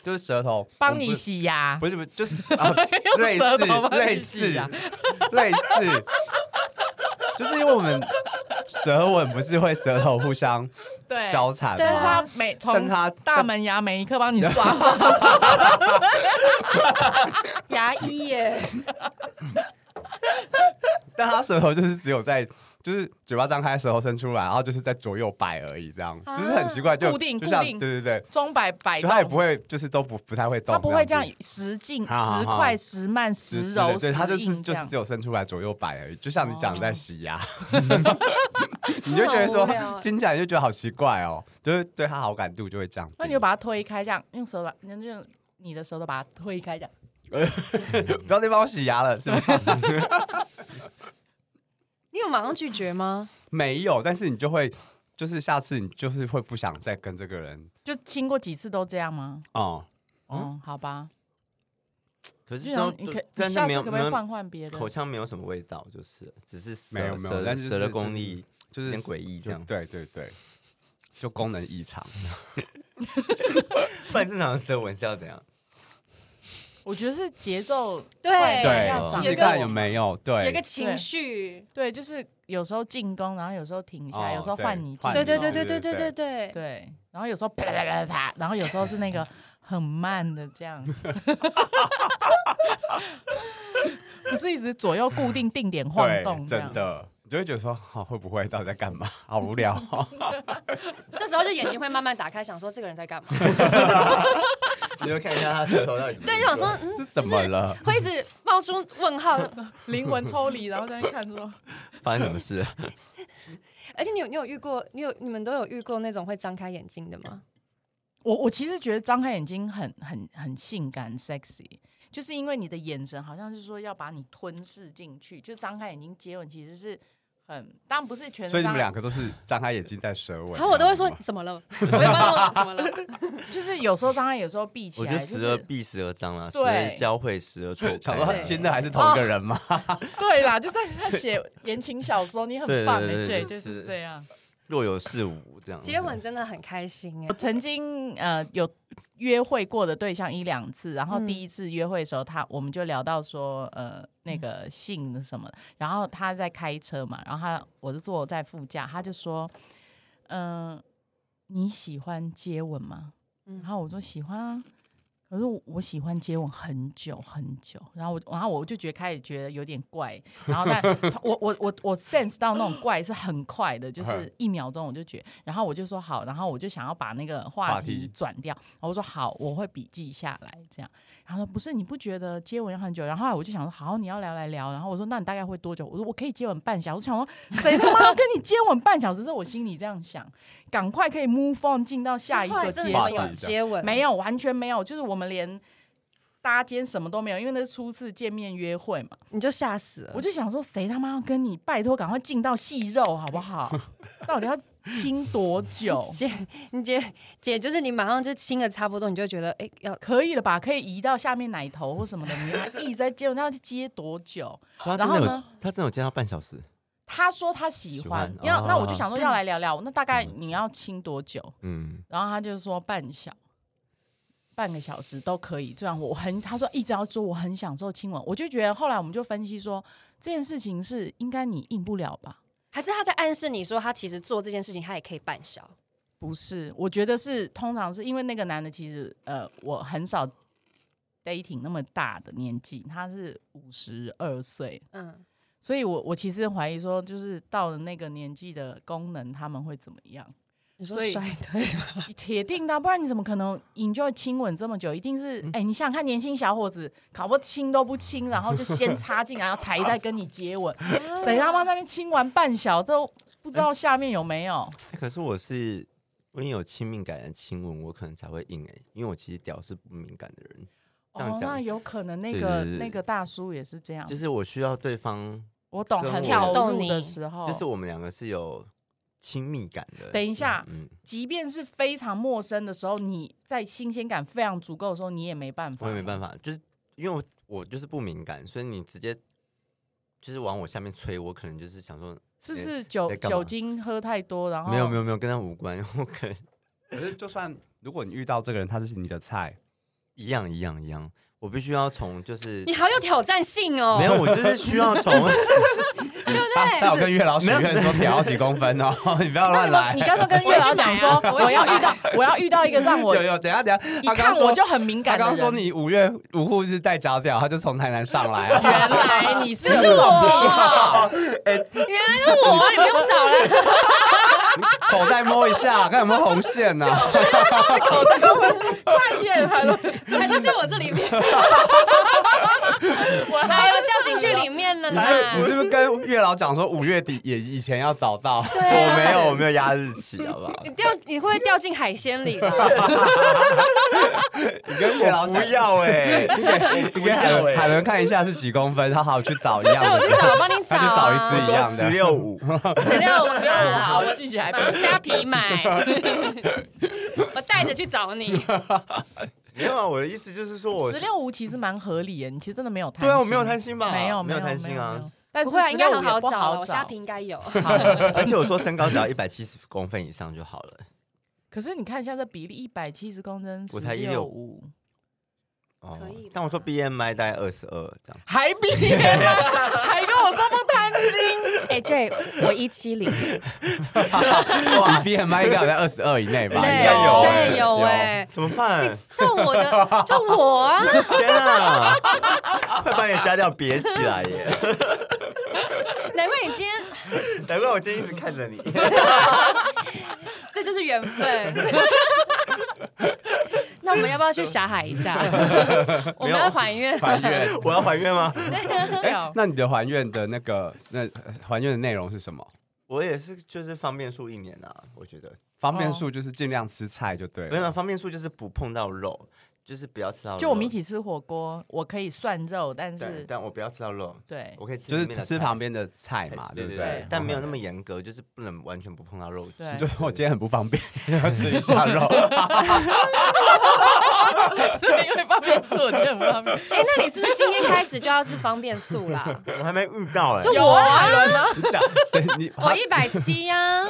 Speaker 1: 就是舌头
Speaker 2: 帮你。洗牙
Speaker 1: 我。们不是不是不
Speaker 2: [laughs]
Speaker 1: 是，就是、啊、类
Speaker 2: 舌
Speaker 1: 似
Speaker 2: 头帮你
Speaker 1: 类
Speaker 2: 洗
Speaker 1: 似
Speaker 2: 啊
Speaker 1: 类似，就是因为我们舌吻不是会舌头互相
Speaker 2: 对，
Speaker 1: 交缠
Speaker 2: 但是他
Speaker 1: 吗？
Speaker 2: 每
Speaker 1: 但
Speaker 2: 从
Speaker 1: 他
Speaker 2: 大门牙每一刻帮你刷刷刷，
Speaker 3: 牙医耶，
Speaker 1: 但他舌头就是只有在，就是嘴巴张开，舌头伸出来，然后就是在左右摆而已，这样、
Speaker 3: 啊
Speaker 1: 就是很奇怪，就
Speaker 2: 固定
Speaker 1: 就像
Speaker 2: 固定
Speaker 1: 对对对，
Speaker 2: 钟摆摆
Speaker 1: 就
Speaker 2: 动，
Speaker 1: 他也不会，就是都不不太会动，
Speaker 2: 他不会这样
Speaker 1: 子
Speaker 2: 时进
Speaker 1: 好好
Speaker 2: 时
Speaker 1: 好
Speaker 2: 快时慢时
Speaker 1: 直
Speaker 2: 柔
Speaker 1: 直的对
Speaker 2: 时
Speaker 1: 他就
Speaker 2: 硬
Speaker 1: 是就
Speaker 2: 这
Speaker 1: 是
Speaker 2: 样
Speaker 1: 只。有伸出来左右摆而已，就像你讲的在洗牙，
Speaker 2: 哦
Speaker 1: [laughs] 你
Speaker 3: 你
Speaker 1: 就觉得说
Speaker 3: 哎
Speaker 2: 啊
Speaker 1: 听起来就觉得好奇怪哦，就是对他好感度就会降低。
Speaker 2: 那你就把它推开，这样用手把，你就用你的手都把它推开，这样。
Speaker 1: 不要再帮我洗牙了，是吗？
Speaker 3: [laughs]
Speaker 1: [laughs]
Speaker 3: 你有马上拒绝吗？
Speaker 1: 没有，但是你就会，就是下次你就是会不想再跟这个人
Speaker 2: 就亲过几次都这样吗？
Speaker 1: 哦、
Speaker 2: 哦、好吧，
Speaker 4: 可
Speaker 2: 就是想
Speaker 4: 都
Speaker 2: 你可，
Speaker 4: 但
Speaker 2: 你
Speaker 4: 是
Speaker 2: 下次
Speaker 4: 没有
Speaker 2: 可不
Speaker 4: 没
Speaker 2: 可以换
Speaker 4: 有
Speaker 2: 换别的？
Speaker 4: 口腔没有什么味道，就是只是舌
Speaker 1: 没有没有
Speaker 4: 舌
Speaker 1: 但是
Speaker 4: 舌的
Speaker 1: 就是
Speaker 4: 功力
Speaker 1: 就是
Speaker 4: 有点诡异这
Speaker 1: 就
Speaker 4: 样，
Speaker 1: 对对对，就功能异常。
Speaker 4: 不然正常的舌吻是要怎
Speaker 1: [laughs]
Speaker 4: 样？
Speaker 2: 我觉得是节奏
Speaker 3: 对
Speaker 1: 对
Speaker 2: 哎要，
Speaker 1: 自
Speaker 2: 掌
Speaker 1: 己
Speaker 3: 有
Speaker 2: 握
Speaker 3: 个
Speaker 1: 看有没有对，
Speaker 3: 有一个情绪，
Speaker 2: 对，就是有时候进攻，然后有时候停下，
Speaker 1: 哦
Speaker 2: 有时候
Speaker 1: 对
Speaker 2: 换你进攻，
Speaker 1: 换
Speaker 3: 对
Speaker 1: 你
Speaker 3: 对对
Speaker 1: 对
Speaker 3: 对对
Speaker 1: 对
Speaker 3: 对对
Speaker 1: 对
Speaker 3: 对，
Speaker 2: 对，然后有时候啪啪啪啪啪，然后有时候是那个很慢的这样， [laughs] 不是一直左右固定定点晃
Speaker 1: 对
Speaker 2: 动这样
Speaker 1: 真。的，你就会觉得说，好、会不会到底在干嘛？
Speaker 2: [laughs]
Speaker 1: 好无聊、哦，
Speaker 3: 这时候就眼睛会慢慢打开，想说这个人在干嘛？
Speaker 4: 你就看一下他舌头到底怎么运作。
Speaker 3: 对，就想说嗯，
Speaker 1: 这怎么了？
Speaker 3: 会一直冒出问号，
Speaker 2: 灵魂抽离，然后在那看说，
Speaker 4: 发生什么事？
Speaker 3: 而且你有你有遇过，你有你们都有遇过那种会张开眼睛的吗？
Speaker 2: 我我其实觉得张开眼睛很很很性感 sexy，就是因为你的眼神好像是说要把你吞噬进去，就张开眼睛接吻其实是很，当然不是全身
Speaker 1: 所以你们
Speaker 2: 张
Speaker 1: 两个都是张开眼睛在舌吻，
Speaker 3: 然后我都会
Speaker 1: 你知道
Speaker 3: 说
Speaker 1: 吗
Speaker 3: 怎么了？我也不知道怎么了。
Speaker 2: 就是有时候张开，有时候闭 [laughs] 起
Speaker 4: 我觉
Speaker 2: 来，
Speaker 4: 得
Speaker 2: 就
Speaker 4: 时而
Speaker 2: 是
Speaker 4: 闭，时而张啦，时
Speaker 2: 对
Speaker 4: 而交汇，时而错
Speaker 1: 想
Speaker 4: 开
Speaker 1: 说啊
Speaker 4: 啦。
Speaker 1: 亲的还是同一个人吗？
Speaker 2: 对啦，就在在写言情小说，你很
Speaker 4: 对
Speaker 2: 棒
Speaker 4: 对
Speaker 2: 哎，
Speaker 4: 对
Speaker 2: 对，
Speaker 4: 对
Speaker 2: 就是
Speaker 4: 是
Speaker 2: 这样。
Speaker 4: 若有似无这样。
Speaker 3: 接吻真的很开心
Speaker 2: 我
Speaker 3: 哎，
Speaker 2: 曾经呃有约会过的对象一两次，然后
Speaker 3: 嗯
Speaker 2: 第一次约会的时候，他我们就聊到说呃那个性的什么的，然后他在开车嘛，然后他我就坐在副驾，他就说，嗯、你喜欢接吻吗？
Speaker 3: 嗯
Speaker 2: 然后我说喜欢啊。可是我我喜欢接吻很久很久，然后我然后我就觉得开始觉得有点怪，然后但我我我我 sense 到那种怪是很快的，就是一秒钟我就觉得，然后我就说好，然后我就想要把那个话
Speaker 1: 话
Speaker 2: 题
Speaker 1: 题
Speaker 2: 转掉，然后我说好，我会笔记下来这样。然后他说不是你不觉得接吻要很久？然后后来我就想说好，你要聊来聊，然后我说那你大概会多久？我说我可以接吻半小时，我想说谁他妈要跟你接吻半小时？是我心里这样想，赶快可以 move on 进到下一
Speaker 3: 后来
Speaker 2: 个
Speaker 3: 真
Speaker 2: 阶
Speaker 3: 的
Speaker 1: 话
Speaker 2: 段
Speaker 3: 没。有
Speaker 1: 题
Speaker 3: 接吻，
Speaker 2: 没有，完全没有，就是我们连搭肩什么都没有，因为那是初次见面约会嘛。
Speaker 3: 你就吓死
Speaker 4: 嗯
Speaker 3: 了。
Speaker 2: 我就想说，谁他妈要跟你？拜托，赶快进到细肉好不好？ [laughs] 到底要亲多久？ [laughs]
Speaker 3: 姐，你姐姐就是你马上就亲的差不多，你就觉得哎、要
Speaker 2: 可以了吧？可以移到下面奶头或什么的，你还一直在接吻，那要接多久？
Speaker 4: 他
Speaker 2: 然
Speaker 4: 真
Speaker 2: 后
Speaker 4: 的有
Speaker 2: 呢，
Speaker 4: 他真的有见到半小时。
Speaker 2: 他说他喜欢
Speaker 4: 喜，欢
Speaker 2: 要、那我就
Speaker 4: 哦
Speaker 2: 想说要来聊聊，那大概你要亲多久？
Speaker 4: 嗯，
Speaker 2: 然后他就说半小。半个小时都可以，这样我很他说一直要说我很享受亲吻，我就觉得后来我们就分析说这件事情是应该你硬不了吧，
Speaker 3: 还是他在暗示你说他其实做这件事情他也可以半小，
Speaker 2: 不是，我觉得是通常是因为那个男的其实呃，我很少 dating 那么大的年纪，他是五十二岁，
Speaker 3: 嗯，
Speaker 2: 所以我我其实怀疑说，就是到了那个年纪的功能他们会怎么样？
Speaker 3: 你说
Speaker 2: 所以
Speaker 3: 衰退吗？
Speaker 2: 铁定的啊、不然你怎么可能 enjoy 亲吻这么久？一定是
Speaker 4: 嗯
Speaker 2: 哎、你想想看，年轻小伙子搞不好亲都不亲，然后就先插进来，然后才再跟你接
Speaker 4: [laughs]
Speaker 2: 吻，
Speaker 4: 啊
Speaker 2: 谁他妈那边亲完半小都不知道下面有没有？
Speaker 4: 欸可是我是我也有亲密感的亲吻，我可能才会硬哎，因为我其实屌是不敏感的人，这样
Speaker 2: 哦，
Speaker 4: 讲
Speaker 2: 那有可能那
Speaker 4: 对
Speaker 2: 个
Speaker 4: 对对
Speaker 2: 那个大叔也是这样，
Speaker 4: 就是我需要对方，
Speaker 2: 我懂，
Speaker 4: 跟
Speaker 2: 很
Speaker 4: 我
Speaker 2: 跳
Speaker 4: 跳
Speaker 3: 动
Speaker 2: 入的
Speaker 3: 你
Speaker 2: 时候，
Speaker 4: 就是我们两个是有亲密感的。
Speaker 2: 哦等一下
Speaker 4: 嗯，嗯
Speaker 2: 即便是非常陌生的时候，你在新鲜感非常足够的时候，你也没办法，
Speaker 4: 我也没办。法，就是因为我我就是不敏感，所以你直接就是往我下面吹，我可能就是想说，
Speaker 2: 是不是酒
Speaker 4: 在干嘛
Speaker 2: 酒精喝太多，然后
Speaker 4: 没有没 [laughs] 有没有，跟他无关，我可能
Speaker 1: 可是就算如果你遇到这个人，他是你的菜，
Speaker 4: 一样一样一样，我必须要
Speaker 2: [laughs]
Speaker 4: 从就
Speaker 3: [laughs]
Speaker 4: 是
Speaker 3: 你好有挑战性哦
Speaker 4: 没。有，我就是需要从
Speaker 1: 啊但我跟月老许愿说调几公分哦， [laughs] 你不要乱来
Speaker 2: 你。刚刚跟月老讲说，
Speaker 3: 我
Speaker 2: 我
Speaker 3: 也去买
Speaker 2: 要遇
Speaker 3: 啊
Speaker 2: 到我要遇到一个让
Speaker 1: [laughs]
Speaker 2: 我
Speaker 1: 有有，等一下等一下，
Speaker 2: 一
Speaker 1: 他刚
Speaker 2: 看
Speaker 1: 说
Speaker 2: 我就很敏
Speaker 1: 他
Speaker 2: 感的
Speaker 1: 刚
Speaker 2: 人。
Speaker 1: 刚说你五月五户是带脚屌，他就从台南上来啊。
Speaker 2: 原来你是
Speaker 3: 就是
Speaker 2: 这种
Speaker 3: 我
Speaker 2: 癖好，
Speaker 3: 原来是我，你不用找 [laughs] 了。
Speaker 1: [laughs] 口袋摸一
Speaker 3: [laughs]
Speaker 1: 下，看有没有红线啊呢、
Speaker 2: 快点，他说
Speaker 3: 还是在我这 [laughs] 里面，
Speaker 2: 我
Speaker 3: 还
Speaker 2: 还
Speaker 3: 有掉进去里面了
Speaker 1: 你是你
Speaker 3: 啦。
Speaker 1: 是不是跟月老讲说五月底也以前要找到？
Speaker 2: 啊
Speaker 3: 啊
Speaker 4: 我没有我没有压日期，好不好
Speaker 3: 你？掉你会掉进海鲜里
Speaker 1: [laughs]
Speaker 3: 吧？
Speaker 1: 你跟月老
Speaker 4: [laughs] 不
Speaker 1: 讲，
Speaker 4: 要 [laughs] 哎，
Speaker 1: 你
Speaker 4: 不
Speaker 1: 跟海
Speaker 4: 要
Speaker 1: 伦海
Speaker 4: 哎，
Speaker 1: 伦看一下是几公分，他好去找一样
Speaker 3: 那我去 [laughs]
Speaker 1: 的，
Speaker 3: 找，我帮你找
Speaker 1: 他去找
Speaker 3: 啊。
Speaker 1: 一只一样
Speaker 4: 十
Speaker 1: 的。
Speaker 4: 六五，
Speaker 3: [laughs]
Speaker 2: 十六五六
Speaker 3: 啊
Speaker 2: 好，
Speaker 1: [laughs]
Speaker 2: 我记起来。
Speaker 3: 把虾皮买， [laughs] 我带着去找你。
Speaker 4: [laughs] 没有啊，我的意思就是说我
Speaker 2: 十六五其实蛮合理耶，你其实真的没有贪心。
Speaker 4: 对啊，我没有贪心吧？
Speaker 2: 没有
Speaker 4: 没
Speaker 2: 有
Speaker 4: 贪心
Speaker 2: 没有没
Speaker 4: 啊
Speaker 2: 有，但
Speaker 3: 不
Speaker 2: 是
Speaker 3: 会啊，应该很
Speaker 2: 好
Speaker 3: 好找啊，
Speaker 2: 好
Speaker 3: 我虾皮。应该有。
Speaker 2: 好
Speaker 4: 而且我说身高只要一百七十公分以上就好了。
Speaker 2: 可是你看一下这比例，一百七十公分，
Speaker 4: 我才
Speaker 2: 六五，
Speaker 4: 哦
Speaker 3: 可以啦
Speaker 4: 但我说 BMI 大概二十二这样，
Speaker 2: 还比你还跟我说不贪心，
Speaker 3: [laughs] 哎，J，我一
Speaker 1: [laughs]
Speaker 3: 七零，
Speaker 1: 哇，你 BMI 应该有在二十二以内吧？
Speaker 3: 对
Speaker 1: 应该有欸，
Speaker 3: 对有哎，
Speaker 4: 怎么
Speaker 3: [laughs]
Speaker 4: 办？
Speaker 3: 照我的，照我啊，
Speaker 4: 天啊！ [laughs] 快把你的家调别起来耶！
Speaker 3: [laughs] 难怪你今天，
Speaker 4: 难怪我今天一直看着你。 [laughs]
Speaker 3: 这就是缘分。 [laughs] 那我们要不要去傻海一
Speaker 1: [laughs]
Speaker 3: 下？我们要还愿，
Speaker 1: 还愿。
Speaker 3: [laughs]
Speaker 4: 我要还愿吗？ [laughs]
Speaker 2: 对啊
Speaker 1: 那你的还愿的那个那呃还愿的内容是什么？
Speaker 4: 我也是，就是方便素一年啊，我觉得。
Speaker 1: 方便
Speaker 2: 哦
Speaker 1: 素就是尽量吃菜就对
Speaker 4: 没有
Speaker 1: 了。
Speaker 4: 方便素就是不碰到肉，就是不要吃到肉。
Speaker 2: 就我们一起吃火锅，我可以涮肉，但
Speaker 4: 对，
Speaker 2: 是
Speaker 4: 但我不要吃到肉，
Speaker 2: 对
Speaker 4: 我可以吃
Speaker 1: 就是
Speaker 4: 里面的
Speaker 1: 吃
Speaker 4: 菜
Speaker 1: 旁边的菜嘛，
Speaker 4: 对
Speaker 1: 不
Speaker 4: 对
Speaker 1: 对
Speaker 2: 对？
Speaker 4: 但没有那么严格，就是不能完全不碰到肉。
Speaker 2: 对
Speaker 1: [laughs] 就是我今天很不方便，要吃一下
Speaker 3: [laughs]
Speaker 1: 肉。
Speaker 2: 对， [laughs] 因为方便素我觉得很方便。
Speaker 3: 哎，那你是不是今天开始就要吃方便素啦？
Speaker 1: [laughs]
Speaker 4: 我还没遇到哎
Speaker 3: 就
Speaker 2: 有啊，海伦呢？
Speaker 1: 你讲，你
Speaker 3: 我一百七呀，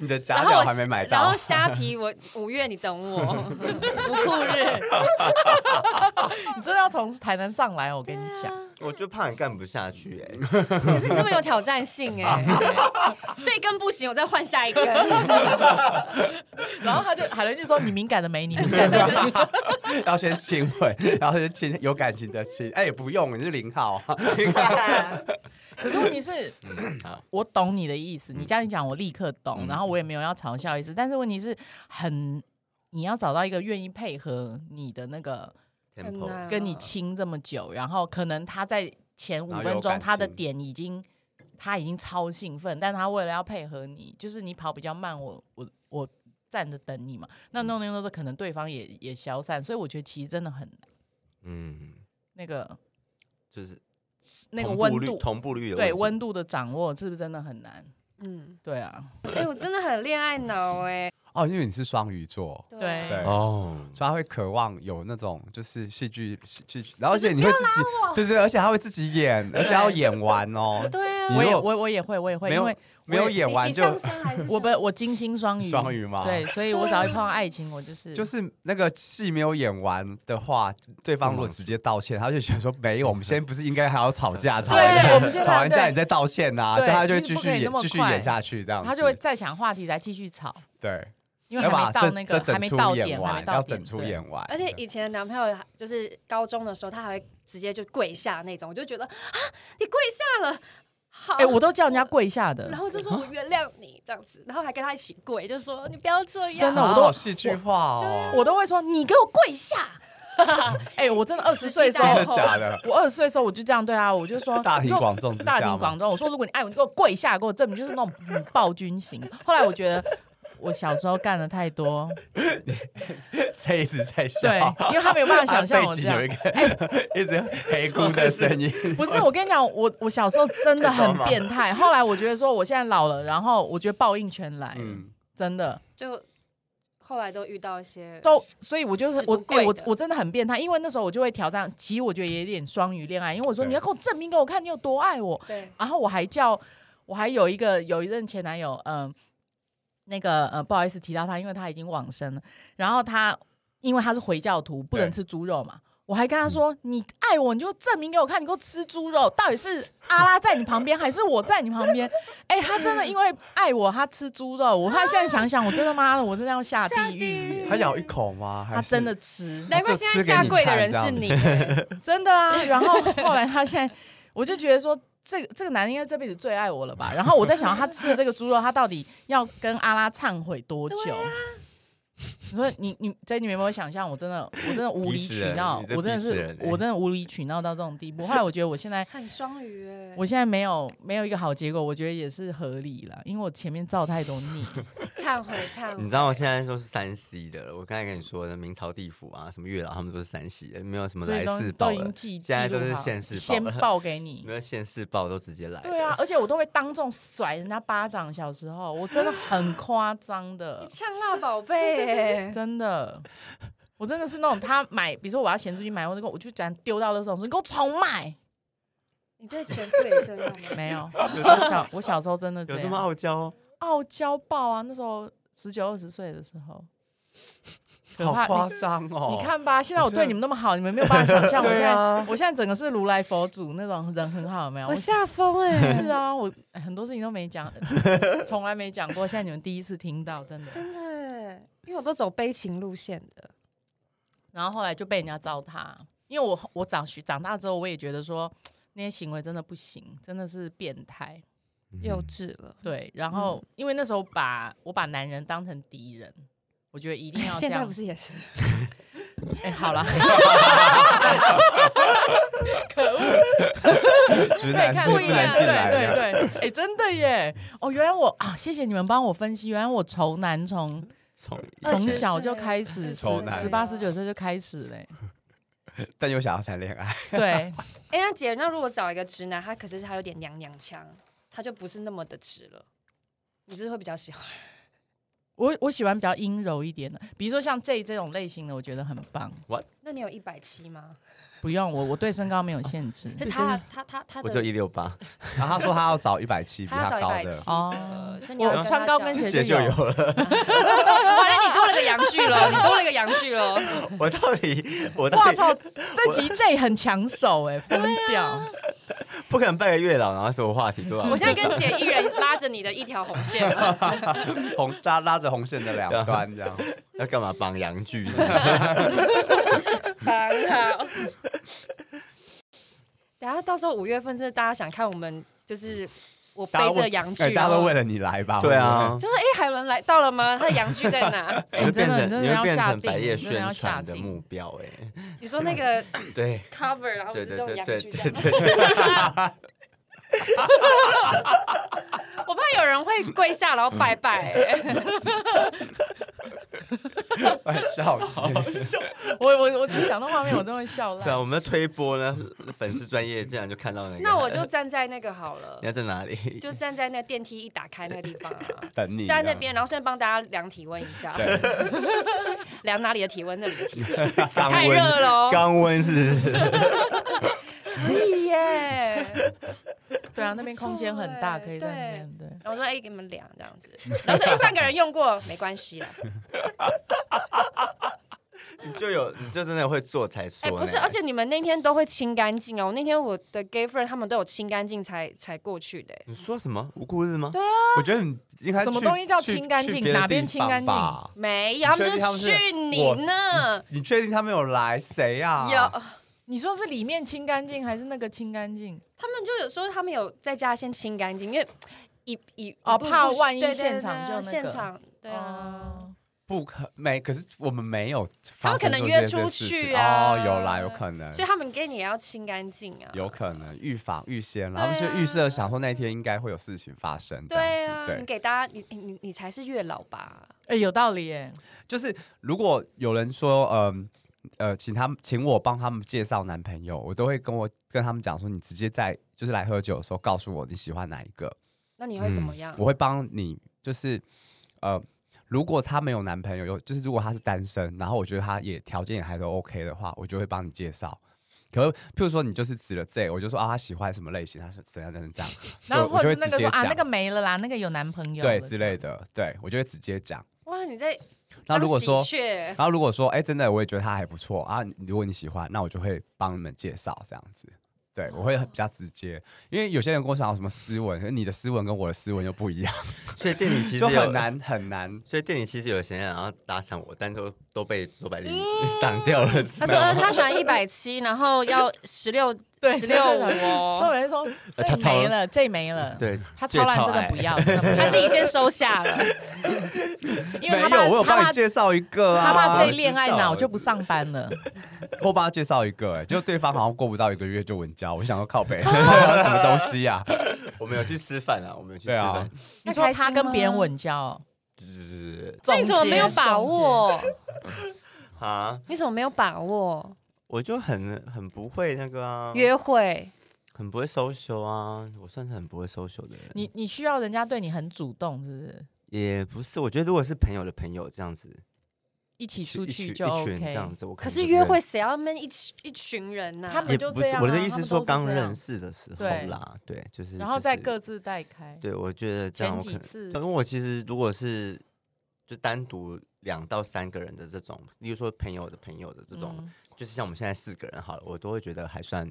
Speaker 1: 你的假
Speaker 3: 然后
Speaker 1: 表
Speaker 3: 我
Speaker 1: 还没买
Speaker 3: 然
Speaker 1: 到
Speaker 3: 后，虾皮我五月你等我，
Speaker 1: [laughs]
Speaker 3: 无裤日。
Speaker 2: 你真的要从台南上来，我跟你讲。
Speaker 4: 我就怕你干不下
Speaker 1: [laughs]
Speaker 4: 去哎。
Speaker 3: 可是你那么有挑战性哎、这一根不行，我再换下一根。
Speaker 2: 然后他就海伦就说：“你敏感的没，你敏
Speaker 1: [laughs]
Speaker 2: 感的没。
Speaker 1: 要先亲吻，然后先亲有感情的亲。哎，不用，你是零号啊，
Speaker 2: 可是问题是，
Speaker 4: 嗯好，
Speaker 2: 我懂你的意思，你这样一讲我立刻懂，
Speaker 4: 嗯
Speaker 2: 然后我也没有要嘲笑意思，但是问题是很，你要找到一个愿意配合你的那个
Speaker 3: 难
Speaker 4: tempo
Speaker 2: 跟你亲这么久，然后可能他在前五
Speaker 1: 然后
Speaker 2: 分
Speaker 1: 有
Speaker 2: 钟
Speaker 1: 感
Speaker 2: 他的
Speaker 1: 情
Speaker 2: 点已经他已经超兴奋，但他为了要配合你，就是你跑比较慢，我我我站着等你嘛，那
Speaker 1: 嗯
Speaker 2: 弄着弄着可能对方也也消散，所以我觉得其实真的很难
Speaker 4: 嗯，
Speaker 2: 那个
Speaker 4: 就是
Speaker 2: 那个
Speaker 4: 同步
Speaker 2: 温
Speaker 4: 率
Speaker 2: 度。
Speaker 4: 同步率的
Speaker 2: 对
Speaker 4: 问题
Speaker 2: 温度的掌握是不是真的很难？
Speaker 3: 嗯，
Speaker 2: 对啊，
Speaker 3: 哎、我真的很恋爱脑啊哎、
Speaker 1: 哦，因为你是双鱼座，
Speaker 2: 对
Speaker 1: 对。
Speaker 4: 哦，
Speaker 1: 所以他会渴望有那种就是戏剧戏剧，然后而且你会自己，对对，而且他会自己演，而且要演完哦，
Speaker 3: 对啊
Speaker 1: 你，
Speaker 2: 我也
Speaker 1: 如果
Speaker 2: 我我也会我也会，
Speaker 1: 没
Speaker 2: 因
Speaker 1: 有
Speaker 2: 为
Speaker 1: 没有演完
Speaker 3: 你
Speaker 1: 就
Speaker 3: 上升还是啊
Speaker 2: 我不我金星双鱼，
Speaker 1: 双鱼嘛，
Speaker 2: 对，所以我只要一碰到爱情，我就是
Speaker 1: 就是那个戏没有演完的话，对方如果直接道歉，他就觉得说没有，我们现在不是应该还要吵架， [laughs] 吵完
Speaker 2: 对，我们
Speaker 1: 架，
Speaker 2: 现
Speaker 1: 吵
Speaker 2: 在
Speaker 1: 完架
Speaker 2: 对
Speaker 1: 你再道歉呐、啊，
Speaker 2: 对
Speaker 1: 就他就会
Speaker 2: 你
Speaker 1: 继
Speaker 2: 不
Speaker 1: 续
Speaker 2: 可以那
Speaker 1: 演
Speaker 2: 么
Speaker 1: 继续
Speaker 2: 快
Speaker 1: 演下去这样子，
Speaker 2: 他就会再想话题来继续吵，
Speaker 1: 对，
Speaker 2: 因为
Speaker 1: 要
Speaker 2: 还
Speaker 1: 把
Speaker 2: 没到那
Speaker 1: 这这
Speaker 2: 个还
Speaker 1: 整
Speaker 2: 没
Speaker 1: 出
Speaker 2: 到
Speaker 1: 演
Speaker 2: 点，还
Speaker 1: 完
Speaker 2: 没，到
Speaker 1: 要
Speaker 2: 点
Speaker 1: 整出
Speaker 2: 对
Speaker 1: 演完，
Speaker 3: 而且以前的男朋友就是高中的时候，他还会直接就跪下那种，我就觉得啊，你跪下了，好，
Speaker 2: 哎，我都叫人家跪下的
Speaker 3: 然，后就说我原谅你这样子，然后还跟他一起跪，就说你不要这样，
Speaker 2: 真的我
Speaker 1: 啊
Speaker 2: 都
Speaker 1: 好戏剧化哦，
Speaker 2: 我都会说你给我跪下。
Speaker 3: [laughs]
Speaker 2: 哎，我真的二十岁的时
Speaker 1: 真的，
Speaker 2: 候
Speaker 1: 假
Speaker 2: [laughs]
Speaker 1: 的？
Speaker 2: 我二十岁的时候我就这样对他，我就说
Speaker 1: 大庭
Speaker 2: 如果
Speaker 1: 广众之
Speaker 2: 大
Speaker 1: 下
Speaker 2: 庭
Speaker 1: 嘛
Speaker 2: 广，众，我说如果你爱我，你给我跪下，给我证明，就是那种嗯暴君型。后来我觉得我小时候干的
Speaker 1: [laughs]
Speaker 2: 太多，
Speaker 1: 这一直在
Speaker 2: 对
Speaker 1: 笑，，
Speaker 2: 因为他没有办法
Speaker 1: 他
Speaker 2: 想
Speaker 1: [laughs]
Speaker 2: 象
Speaker 1: 背
Speaker 2: 我这
Speaker 1: 景
Speaker 2: 样
Speaker 1: 有一。个一直黑咕的声音，
Speaker 2: [laughs] 不是，我跟你讲，我我小时候真的很
Speaker 4: 太抓马
Speaker 2: 变态。后来我觉得说，我现在老了，然后我觉得报应全来，
Speaker 1: 嗯，
Speaker 2: 真的
Speaker 3: 就后来都遇到一些，
Speaker 2: 都。所以我就是
Speaker 3: 死不
Speaker 2: 我，哎、
Speaker 3: 跪
Speaker 2: 我
Speaker 3: 的
Speaker 2: 我真的很变态，因为那时候我就会挑战。其实我觉得也有点双鱼恋爱，因为我说
Speaker 1: 对
Speaker 2: 你要给我证明给我看你有多爱我，
Speaker 3: 对，
Speaker 2: 然后我还叫我还有一个有一任前男呃友，嗯、那个呃不好意思提到他，因为他已经往生了。然后他因为他是回教徒，不
Speaker 1: 对嗯
Speaker 2: 能吃猪肉嘛。我还跟他说：“你爱我，你就证明给我看，你给我吃猪肉，到底是阿拉在你旁边，还是我在你旁边？” [laughs] 哎、他真的因为爱我，他吃猪肉。我他现在想想，我真的妈的，我真的要下地狱。
Speaker 1: 他咬一口吗？还
Speaker 2: 嗯他
Speaker 1: 是
Speaker 2: 真的吃，
Speaker 3: 难
Speaker 1: 就
Speaker 3: 怪现在
Speaker 1: 吃给
Speaker 3: 下
Speaker 1: 你
Speaker 3: 跪的
Speaker 1: 看
Speaker 3: 人
Speaker 1: 这
Speaker 3: 是
Speaker 1: 样
Speaker 3: 你。欸
Speaker 2: 真的
Speaker 4: [laughs]
Speaker 2: 啊。然后后来他现在，我就觉得说，这个这个男人应该这辈子最爱我了
Speaker 4: [laughs]
Speaker 2: 吧？然后我在想，他吃的这个猪肉，他到底要跟阿拉忏悔多久？
Speaker 4: 啊
Speaker 2: 你说你你在你们有没有想象？我真的我真的无理
Speaker 4: 逼死
Speaker 2: 取
Speaker 4: 人
Speaker 2: 闹
Speaker 4: 你，这
Speaker 2: 我真的
Speaker 4: 逼死
Speaker 2: 是
Speaker 4: 人欸
Speaker 2: 我真的无理取闹到这种地步。后来我觉得我现在
Speaker 3: [laughs] 很双鱼哎、
Speaker 2: 我现在没有没有一个好结果，我觉得也是合理了，因为我前面造太多
Speaker 4: [laughs]
Speaker 2: 孽。
Speaker 3: 忏悔忏
Speaker 4: 你
Speaker 3: 悔，
Speaker 4: 知道我现在都是山西的了，我刚才跟你说的明朝地府啊，什么月老，他们都是山西的，没有什么
Speaker 2: 所以
Speaker 4: 来
Speaker 2: 都
Speaker 4: 世报
Speaker 2: 都已经
Speaker 4: 了，
Speaker 2: 记，
Speaker 4: 现在
Speaker 2: 记录
Speaker 4: 都是
Speaker 2: 好
Speaker 4: 现世
Speaker 2: 先
Speaker 4: 报了
Speaker 2: 报给你
Speaker 4: 没。有现世报都直接来。
Speaker 2: 对啊，，而且我都会当众甩人家巴掌。小时候我真的很夸张的
Speaker 3: [laughs] 你，呛辣宝贝 [laughs] 哎，
Speaker 2: 真的，我真的是那种他买，比如说我要咸猪鸡买，我就跟我就这样丢到垃圾桶，说你给我重买。
Speaker 3: 你对前夫也这样吗？
Speaker 2: 没有，我小我小时候真的这
Speaker 4: 有这么
Speaker 2: 样，
Speaker 4: 傲娇哦？
Speaker 2: 傲娇爆啊！那时候十九二十岁的时候，可
Speaker 1: 好
Speaker 2: 怕。
Speaker 1: 夸
Speaker 2: 你
Speaker 1: 张
Speaker 2: [laughs]
Speaker 1: 哦！
Speaker 2: 你，看吧，现在我
Speaker 1: 我现在
Speaker 2: 对你们那么好，你们没有办法想象。我现
Speaker 1: 对
Speaker 2: 在，
Speaker 1: 啊，
Speaker 2: 我现在整个是如来佛祖那种人，很好，有没有？
Speaker 3: 我
Speaker 2: 我
Speaker 3: 吓疯
Speaker 2: [laughs]
Speaker 3: 哎， [laughs]
Speaker 2: 是啊，我哎很多事情都没讲，从来没讲过。现在你们第一次听到，真的。
Speaker 3: 真的哎，因为我都走悲情路线的，
Speaker 2: 然后后来就被人家糟蹋，因为我我长长大之后，我也觉得说那些行为真的不行，真的是变态。嗯
Speaker 3: 幼稚 [laughs] 了。
Speaker 2: 对，然后、
Speaker 3: 嗯
Speaker 2: 因为那时候把我把男人当成敌人，我觉得一定要这
Speaker 3: [laughs] 现在
Speaker 2: 样
Speaker 3: 不。是也是？
Speaker 2: 哎、好
Speaker 3: [laughs]
Speaker 2: 了，可恶。
Speaker 1: 直
Speaker 2: [laughs] 对，
Speaker 1: 男
Speaker 2: 看
Speaker 1: 不
Speaker 2: 出
Speaker 3: 一
Speaker 1: 能
Speaker 2: 来，
Speaker 3: 样
Speaker 1: 进
Speaker 2: 对
Speaker 1: 来的。
Speaker 2: 对对，哎、真的耶！哦，原来我啊，谢谢你们帮我分析，原来我仇男从
Speaker 4: 从
Speaker 3: 二
Speaker 2: 从
Speaker 3: 十
Speaker 2: 小就
Speaker 3: 岁
Speaker 2: 开
Speaker 1: [laughs]
Speaker 2: 始，十
Speaker 1: 仇男
Speaker 2: 十八十九岁就开始嘞。
Speaker 1: 但又想要谈 [laughs] 恋爱，
Speaker 3: [laughs]
Speaker 2: 对，
Speaker 3: 哎、那姐，那如果找一个直男，他可是他有点娘娘腔，他就不是那么的直了。你是不是会比较喜欢？
Speaker 2: 我我喜欢比较阴柔一点的，比如说像 J 这种类型的，我觉得很棒。
Speaker 3: 那你有一百七吗？
Speaker 2: 不用我，我对身高没有限制。
Speaker 3: 是他他他他
Speaker 4: 我只有
Speaker 3: 的，
Speaker 4: 一六八，
Speaker 1: 然啊后他说他要找一百七比
Speaker 3: 他要找
Speaker 1: 他高
Speaker 3: 一百
Speaker 1: 的
Speaker 3: 七，
Speaker 2: 哦 [laughs]
Speaker 3: 哦，所以你要
Speaker 2: 我
Speaker 3: 跟
Speaker 2: 穿
Speaker 3: 他
Speaker 2: 高
Speaker 3: 讲
Speaker 2: 跟
Speaker 3: [laughs]
Speaker 4: 之
Speaker 2: 鞋
Speaker 4: 前就有
Speaker 2: 有。
Speaker 4: 了。
Speaker 3: 反正你多了个阳具了，你多了一个阳具了。
Speaker 2: [laughs]
Speaker 4: 我到底我到
Speaker 2: 我
Speaker 1: [laughs]
Speaker 4: 底
Speaker 2: 操，这集 J 很抢手哎、疯掉！
Speaker 4: 不可能拜个月老，然后什么话题都要。
Speaker 3: 我现在
Speaker 2: 啊
Speaker 3: 跟姐一人拉着你的一条红线了，
Speaker 1: 红拉拉着红线的两端 [laughs] 这样。
Speaker 4: 要干嘛绑洋剧？
Speaker 3: 很好。等下到时候五月份，真的大家想看我们，就是我背
Speaker 1: 大家
Speaker 3: 着
Speaker 1: 问
Speaker 3: 阳具
Speaker 1: 哎，，大家
Speaker 2: 哦
Speaker 1: 都为
Speaker 3: 然后
Speaker 1: 了你来吧？
Speaker 4: 对啊，
Speaker 3: 就是哎、海伦来到了吗？他的阳具在哪？
Speaker 4: 你会
Speaker 2: 真
Speaker 4: 变
Speaker 2: 的你真
Speaker 4: 成
Speaker 2: 的
Speaker 4: 你
Speaker 2: 要
Speaker 4: 会变
Speaker 2: 下
Speaker 4: 成
Speaker 2: 定
Speaker 4: 白夜
Speaker 2: 你真的要
Speaker 4: 宣
Speaker 2: 下
Speaker 4: 传的
Speaker 2: 定
Speaker 4: 目标哎。
Speaker 3: 你说那个
Speaker 4: 对
Speaker 3: cover，然后
Speaker 4: 对
Speaker 3: 是这
Speaker 4: 对
Speaker 3: 种
Speaker 4: 对
Speaker 3: 阳
Speaker 4: 对
Speaker 3: 具在
Speaker 4: 对
Speaker 3: 哪？
Speaker 4: 对对，
Speaker 3: 我怕有人会跪下然后拜拜、
Speaker 1: [laughs]
Speaker 3: 欸，
Speaker 1: 会哎笑死。
Speaker 2: [laughs] 我我我只想到画面，我都会
Speaker 1: [laughs]
Speaker 2: 笑
Speaker 4: 对啊，
Speaker 2: 烂。
Speaker 4: 我们的推播呢，粉丝专业竟然就看到那个。
Speaker 3: 那我就站在那个好
Speaker 4: [laughs]
Speaker 3: 了
Speaker 4: 你，要在哪里？
Speaker 3: 就站在那电梯一打开那个地方、啊，
Speaker 1: 等你
Speaker 3: 站在那边，然后顺便帮大家量体温一下， [laughs] 量哪里的体温，那里的体温，
Speaker 4: 肛
Speaker 3: 太热
Speaker 4: 温，
Speaker 3: 了哦，
Speaker 4: 肛温是不是。 [laughs]
Speaker 3: 可以耶。
Speaker 2: 对啊，那边空间很大，
Speaker 3: 不
Speaker 2: 可
Speaker 3: 错欸
Speaker 2: 以在那边对。
Speaker 3: 然后我说哎、给你们量这样
Speaker 1: [laughs]
Speaker 3: 子，然后说哎、上个人用过没关系啦，
Speaker 4: 你就有，你就真的会做才说
Speaker 3: 哎、
Speaker 4: 呢。
Speaker 3: 不是，而且你们那天都会清干净哦，那天我的 gay friend 他们都有清干净才才过去的、
Speaker 4: 你说什么无故日吗？
Speaker 3: 对
Speaker 1: 我觉得你应该
Speaker 2: 什么
Speaker 1: 去
Speaker 2: 东西叫
Speaker 1: 去
Speaker 2: 清干净
Speaker 1: 去别的
Speaker 2: 哪边
Speaker 1: 地
Speaker 2: 清干净
Speaker 1: 方吧
Speaker 3: 没有，他们就是去你呢，
Speaker 1: 你确定他没有来？谁啊？
Speaker 3: 有。
Speaker 2: 你说是里面清干净还是那个清干净？
Speaker 3: 他们就有说他们有在家先清干净，因为以以
Speaker 2: 哦
Speaker 3: 以不
Speaker 2: 怕
Speaker 3: 不
Speaker 2: 万一
Speaker 3: 对对
Speaker 2: 现
Speaker 3: 对
Speaker 2: 场就那个
Speaker 3: 现场对啊，
Speaker 2: 哦，
Speaker 1: 不可没，可是我们没有
Speaker 3: 他
Speaker 1: 发
Speaker 3: 们
Speaker 1: 生
Speaker 3: 可能
Speaker 1: 过
Speaker 3: 约
Speaker 1: 这件
Speaker 3: 出
Speaker 1: 事
Speaker 3: 去
Speaker 1: 情
Speaker 3: 啊
Speaker 1: 哦，有啦，有可能，
Speaker 3: 所以他们跟你也要清干净啊。
Speaker 1: 有可能预防预先啦，
Speaker 3: 对
Speaker 1: 他
Speaker 3: 啊
Speaker 1: 们是预设想说那天应该会有事情发生，这
Speaker 3: 对
Speaker 1: 样
Speaker 3: 啊，
Speaker 1: 子
Speaker 3: 你
Speaker 1: 对，
Speaker 3: 给大家，你你你你才是月老吧？
Speaker 2: 哎，有道理耶。
Speaker 1: 就是如果有人说嗯。呃，请他们请我帮他们介绍男朋友，我都会跟我跟他们讲说，你直接在就是来喝酒的时候告诉我你喜欢哪一个，
Speaker 3: 那你会怎么样
Speaker 1: 嗯？我会帮你，就是呃，如果她没有男朋友，有就是如果她是单身，然后我觉得她也条件也还都 OK 的话，我就会帮你介绍。可是，譬如说你就是指了这，我就说啊，她喜欢什么类型，她是怎样怎样怎样，
Speaker 2: [laughs] 然后
Speaker 1: 就
Speaker 2: 或
Speaker 1: 我就会
Speaker 2: 者是那
Speaker 1: 直
Speaker 2: 个
Speaker 1: 接
Speaker 2: 说啊，
Speaker 1: 讲，
Speaker 2: 那个没了啦，那个有男朋友
Speaker 1: 对
Speaker 2: 了
Speaker 1: 之类的，对我就会直接讲。
Speaker 3: 哇，你在
Speaker 1: 那如果
Speaker 3: 喜
Speaker 1: 说，
Speaker 3: 鹊
Speaker 1: [laughs] 然后如果说，哎、真的我也觉得他还不错啊，如果你喜欢，那我就会帮你们介绍这样子。对，我会比较直接，因为有些人跟我讲什么斯文，可是你的斯文跟我的斯文又不一样，
Speaker 4: 所以店
Speaker 3: [laughs]
Speaker 4: 里其实
Speaker 1: 就
Speaker 4: 有
Speaker 1: 很。难很难。
Speaker 4: 所以店里其实有些人然后搭讪我，但都都被周百丽 [laughs] 挡
Speaker 3: [laughs]
Speaker 4: 掉了。
Speaker 3: 他说呃他喜欢一百七，然后要十六
Speaker 2: [laughs] 对
Speaker 3: 十六五
Speaker 2: 对对周
Speaker 3: 哦，
Speaker 1: [laughs]
Speaker 2: 人说
Speaker 1: 哎
Speaker 4: 呃他
Speaker 2: 这
Speaker 4: 超
Speaker 2: 没了，这没了。
Speaker 4: 对，
Speaker 2: 他超烂，真的不
Speaker 1: [laughs]
Speaker 2: 要，真的不要。
Speaker 3: 他自己先收下了。
Speaker 2: 因为
Speaker 1: 没
Speaker 2: 他
Speaker 1: 有，我
Speaker 2: 爸
Speaker 1: 有
Speaker 2: 他
Speaker 1: 帮
Speaker 2: 爸
Speaker 1: 你介绍一个啊，
Speaker 2: 他爸
Speaker 4: 这
Speaker 2: 这恋爱脑
Speaker 4: 我知道
Speaker 2: 就不上班了。
Speaker 1: 我帮他介绍一个、哎，结果对方好像过不到一个月就稳交，我想要靠
Speaker 2: 啊
Speaker 1: 北， [laughs] 什么东西呀、啊？
Speaker 4: 我们有去吃饭啊，我们有去吃
Speaker 1: 对啊
Speaker 3: [laughs]
Speaker 4: 饭。
Speaker 2: 你说他跟别人稳交，
Speaker 4: 对对对对对
Speaker 3: 那你怎么
Speaker 2: 总监
Speaker 3: 没有把？握？
Speaker 4: 啊！
Speaker 3: 你怎么没有把握
Speaker 4: 我就很很不会那个
Speaker 2: 嗯
Speaker 4: 啊，
Speaker 3: 约会？
Speaker 4: 很不会 social 啊，我算是很不会 social 的人。
Speaker 2: 你你需要人家对你很主动，是不是？
Speaker 4: 也不是，我觉得如果是朋友的朋友这样子，
Speaker 2: 一起
Speaker 4: 一
Speaker 2: 出
Speaker 4: 群一
Speaker 2: 去
Speaker 4: 群
Speaker 2: 就
Speaker 4: 一群这
Speaker 2: OK
Speaker 4: 样。子，我
Speaker 3: 可
Speaker 4: 能
Speaker 3: 是
Speaker 4: 就
Speaker 3: 约
Speaker 4: 不会
Speaker 3: 会谁要闷一起一群人呐、
Speaker 2: 他们
Speaker 4: 也
Speaker 2: 就
Speaker 4: 不
Speaker 2: 这
Speaker 4: 是
Speaker 2: 样
Speaker 4: 我的
Speaker 2: 啊
Speaker 4: 意
Speaker 2: 他
Speaker 4: 思
Speaker 2: 们
Speaker 4: 说
Speaker 2: 都是
Speaker 4: 刚
Speaker 2: 这样
Speaker 4: 认识的时候
Speaker 2: 对
Speaker 4: 啦，对，就是
Speaker 2: 然后再
Speaker 4: 就是
Speaker 2: 各自带开。
Speaker 4: 对，我觉得这
Speaker 2: 前
Speaker 4: 样我
Speaker 2: 几
Speaker 4: 可能。
Speaker 2: 次
Speaker 4: 可能我其实如果是就单独两到三个人的这种，例如说朋友的朋友的这种，
Speaker 2: 嗯
Speaker 4: 就是像我们现在四个人好了，我都会觉得还算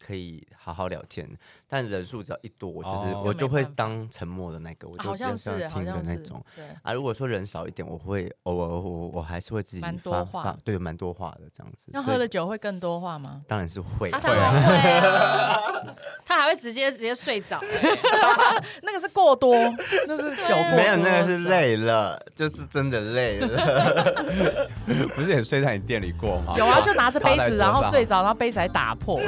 Speaker 4: 可以好好聊天。但人数只要一多，我就是、
Speaker 1: 哦
Speaker 4: 我就会
Speaker 2: 没办法
Speaker 4: 当沉默的那个，我
Speaker 2: 啊
Speaker 4: 就
Speaker 2: 好
Speaker 4: 比较
Speaker 2: 像
Speaker 4: 喜欢
Speaker 2: 是好
Speaker 4: 听的
Speaker 2: 像
Speaker 4: 那
Speaker 2: 是
Speaker 4: 种。
Speaker 2: 对。
Speaker 4: 啊，如果说人少一点，我会偶尔我我还是会自己
Speaker 2: 蛮多
Speaker 4: 发
Speaker 2: 话
Speaker 4: 发，对，蛮多话的这样子。
Speaker 2: 那
Speaker 4: 所
Speaker 2: 喝
Speaker 4: 以
Speaker 2: 了酒会更多话吗？
Speaker 4: 当然是会
Speaker 3: 啊，
Speaker 4: 啊，
Speaker 3: 他很会啊， [laughs] 他还会直接直接
Speaker 2: [laughs]
Speaker 3: 睡着。
Speaker 2: 那个是过多，那是酒过多。
Speaker 4: 没有那个是累了，就是真的累了。
Speaker 1: 不是也睡在你店里过吗？
Speaker 2: 有啊，就拿着杯
Speaker 1: 趴在
Speaker 2: 子，
Speaker 1: 桌
Speaker 2: 然后
Speaker 1: 上
Speaker 4: 啊
Speaker 2: 睡着，然后杯子还打破。
Speaker 3: 对，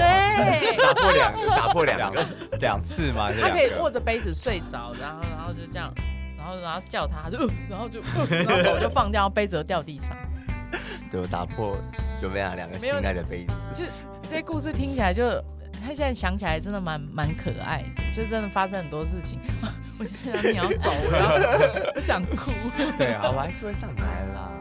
Speaker 4: 打破两个，打破两个，
Speaker 1: 两次吗？还是
Speaker 2: 他
Speaker 1: 两
Speaker 2: 可以
Speaker 1: 个
Speaker 2: 握着杯子睡着，然后然后就这样，然后然后叫他，他就、呃然后就、呃然后手就放掉，杯子就掉地上。
Speaker 4: [laughs] 对，我打破准备了两个
Speaker 2: 没
Speaker 4: 新
Speaker 2: 有
Speaker 4: 来的杯子。
Speaker 2: 就这些故事听起来就，他现在想起来真的蛮蛮可爱的，就真的发生很多事 [laughs] 情。我现在想你要走了，我想哭。 [laughs]
Speaker 1: 对啊，
Speaker 4: 我还是会上来啦。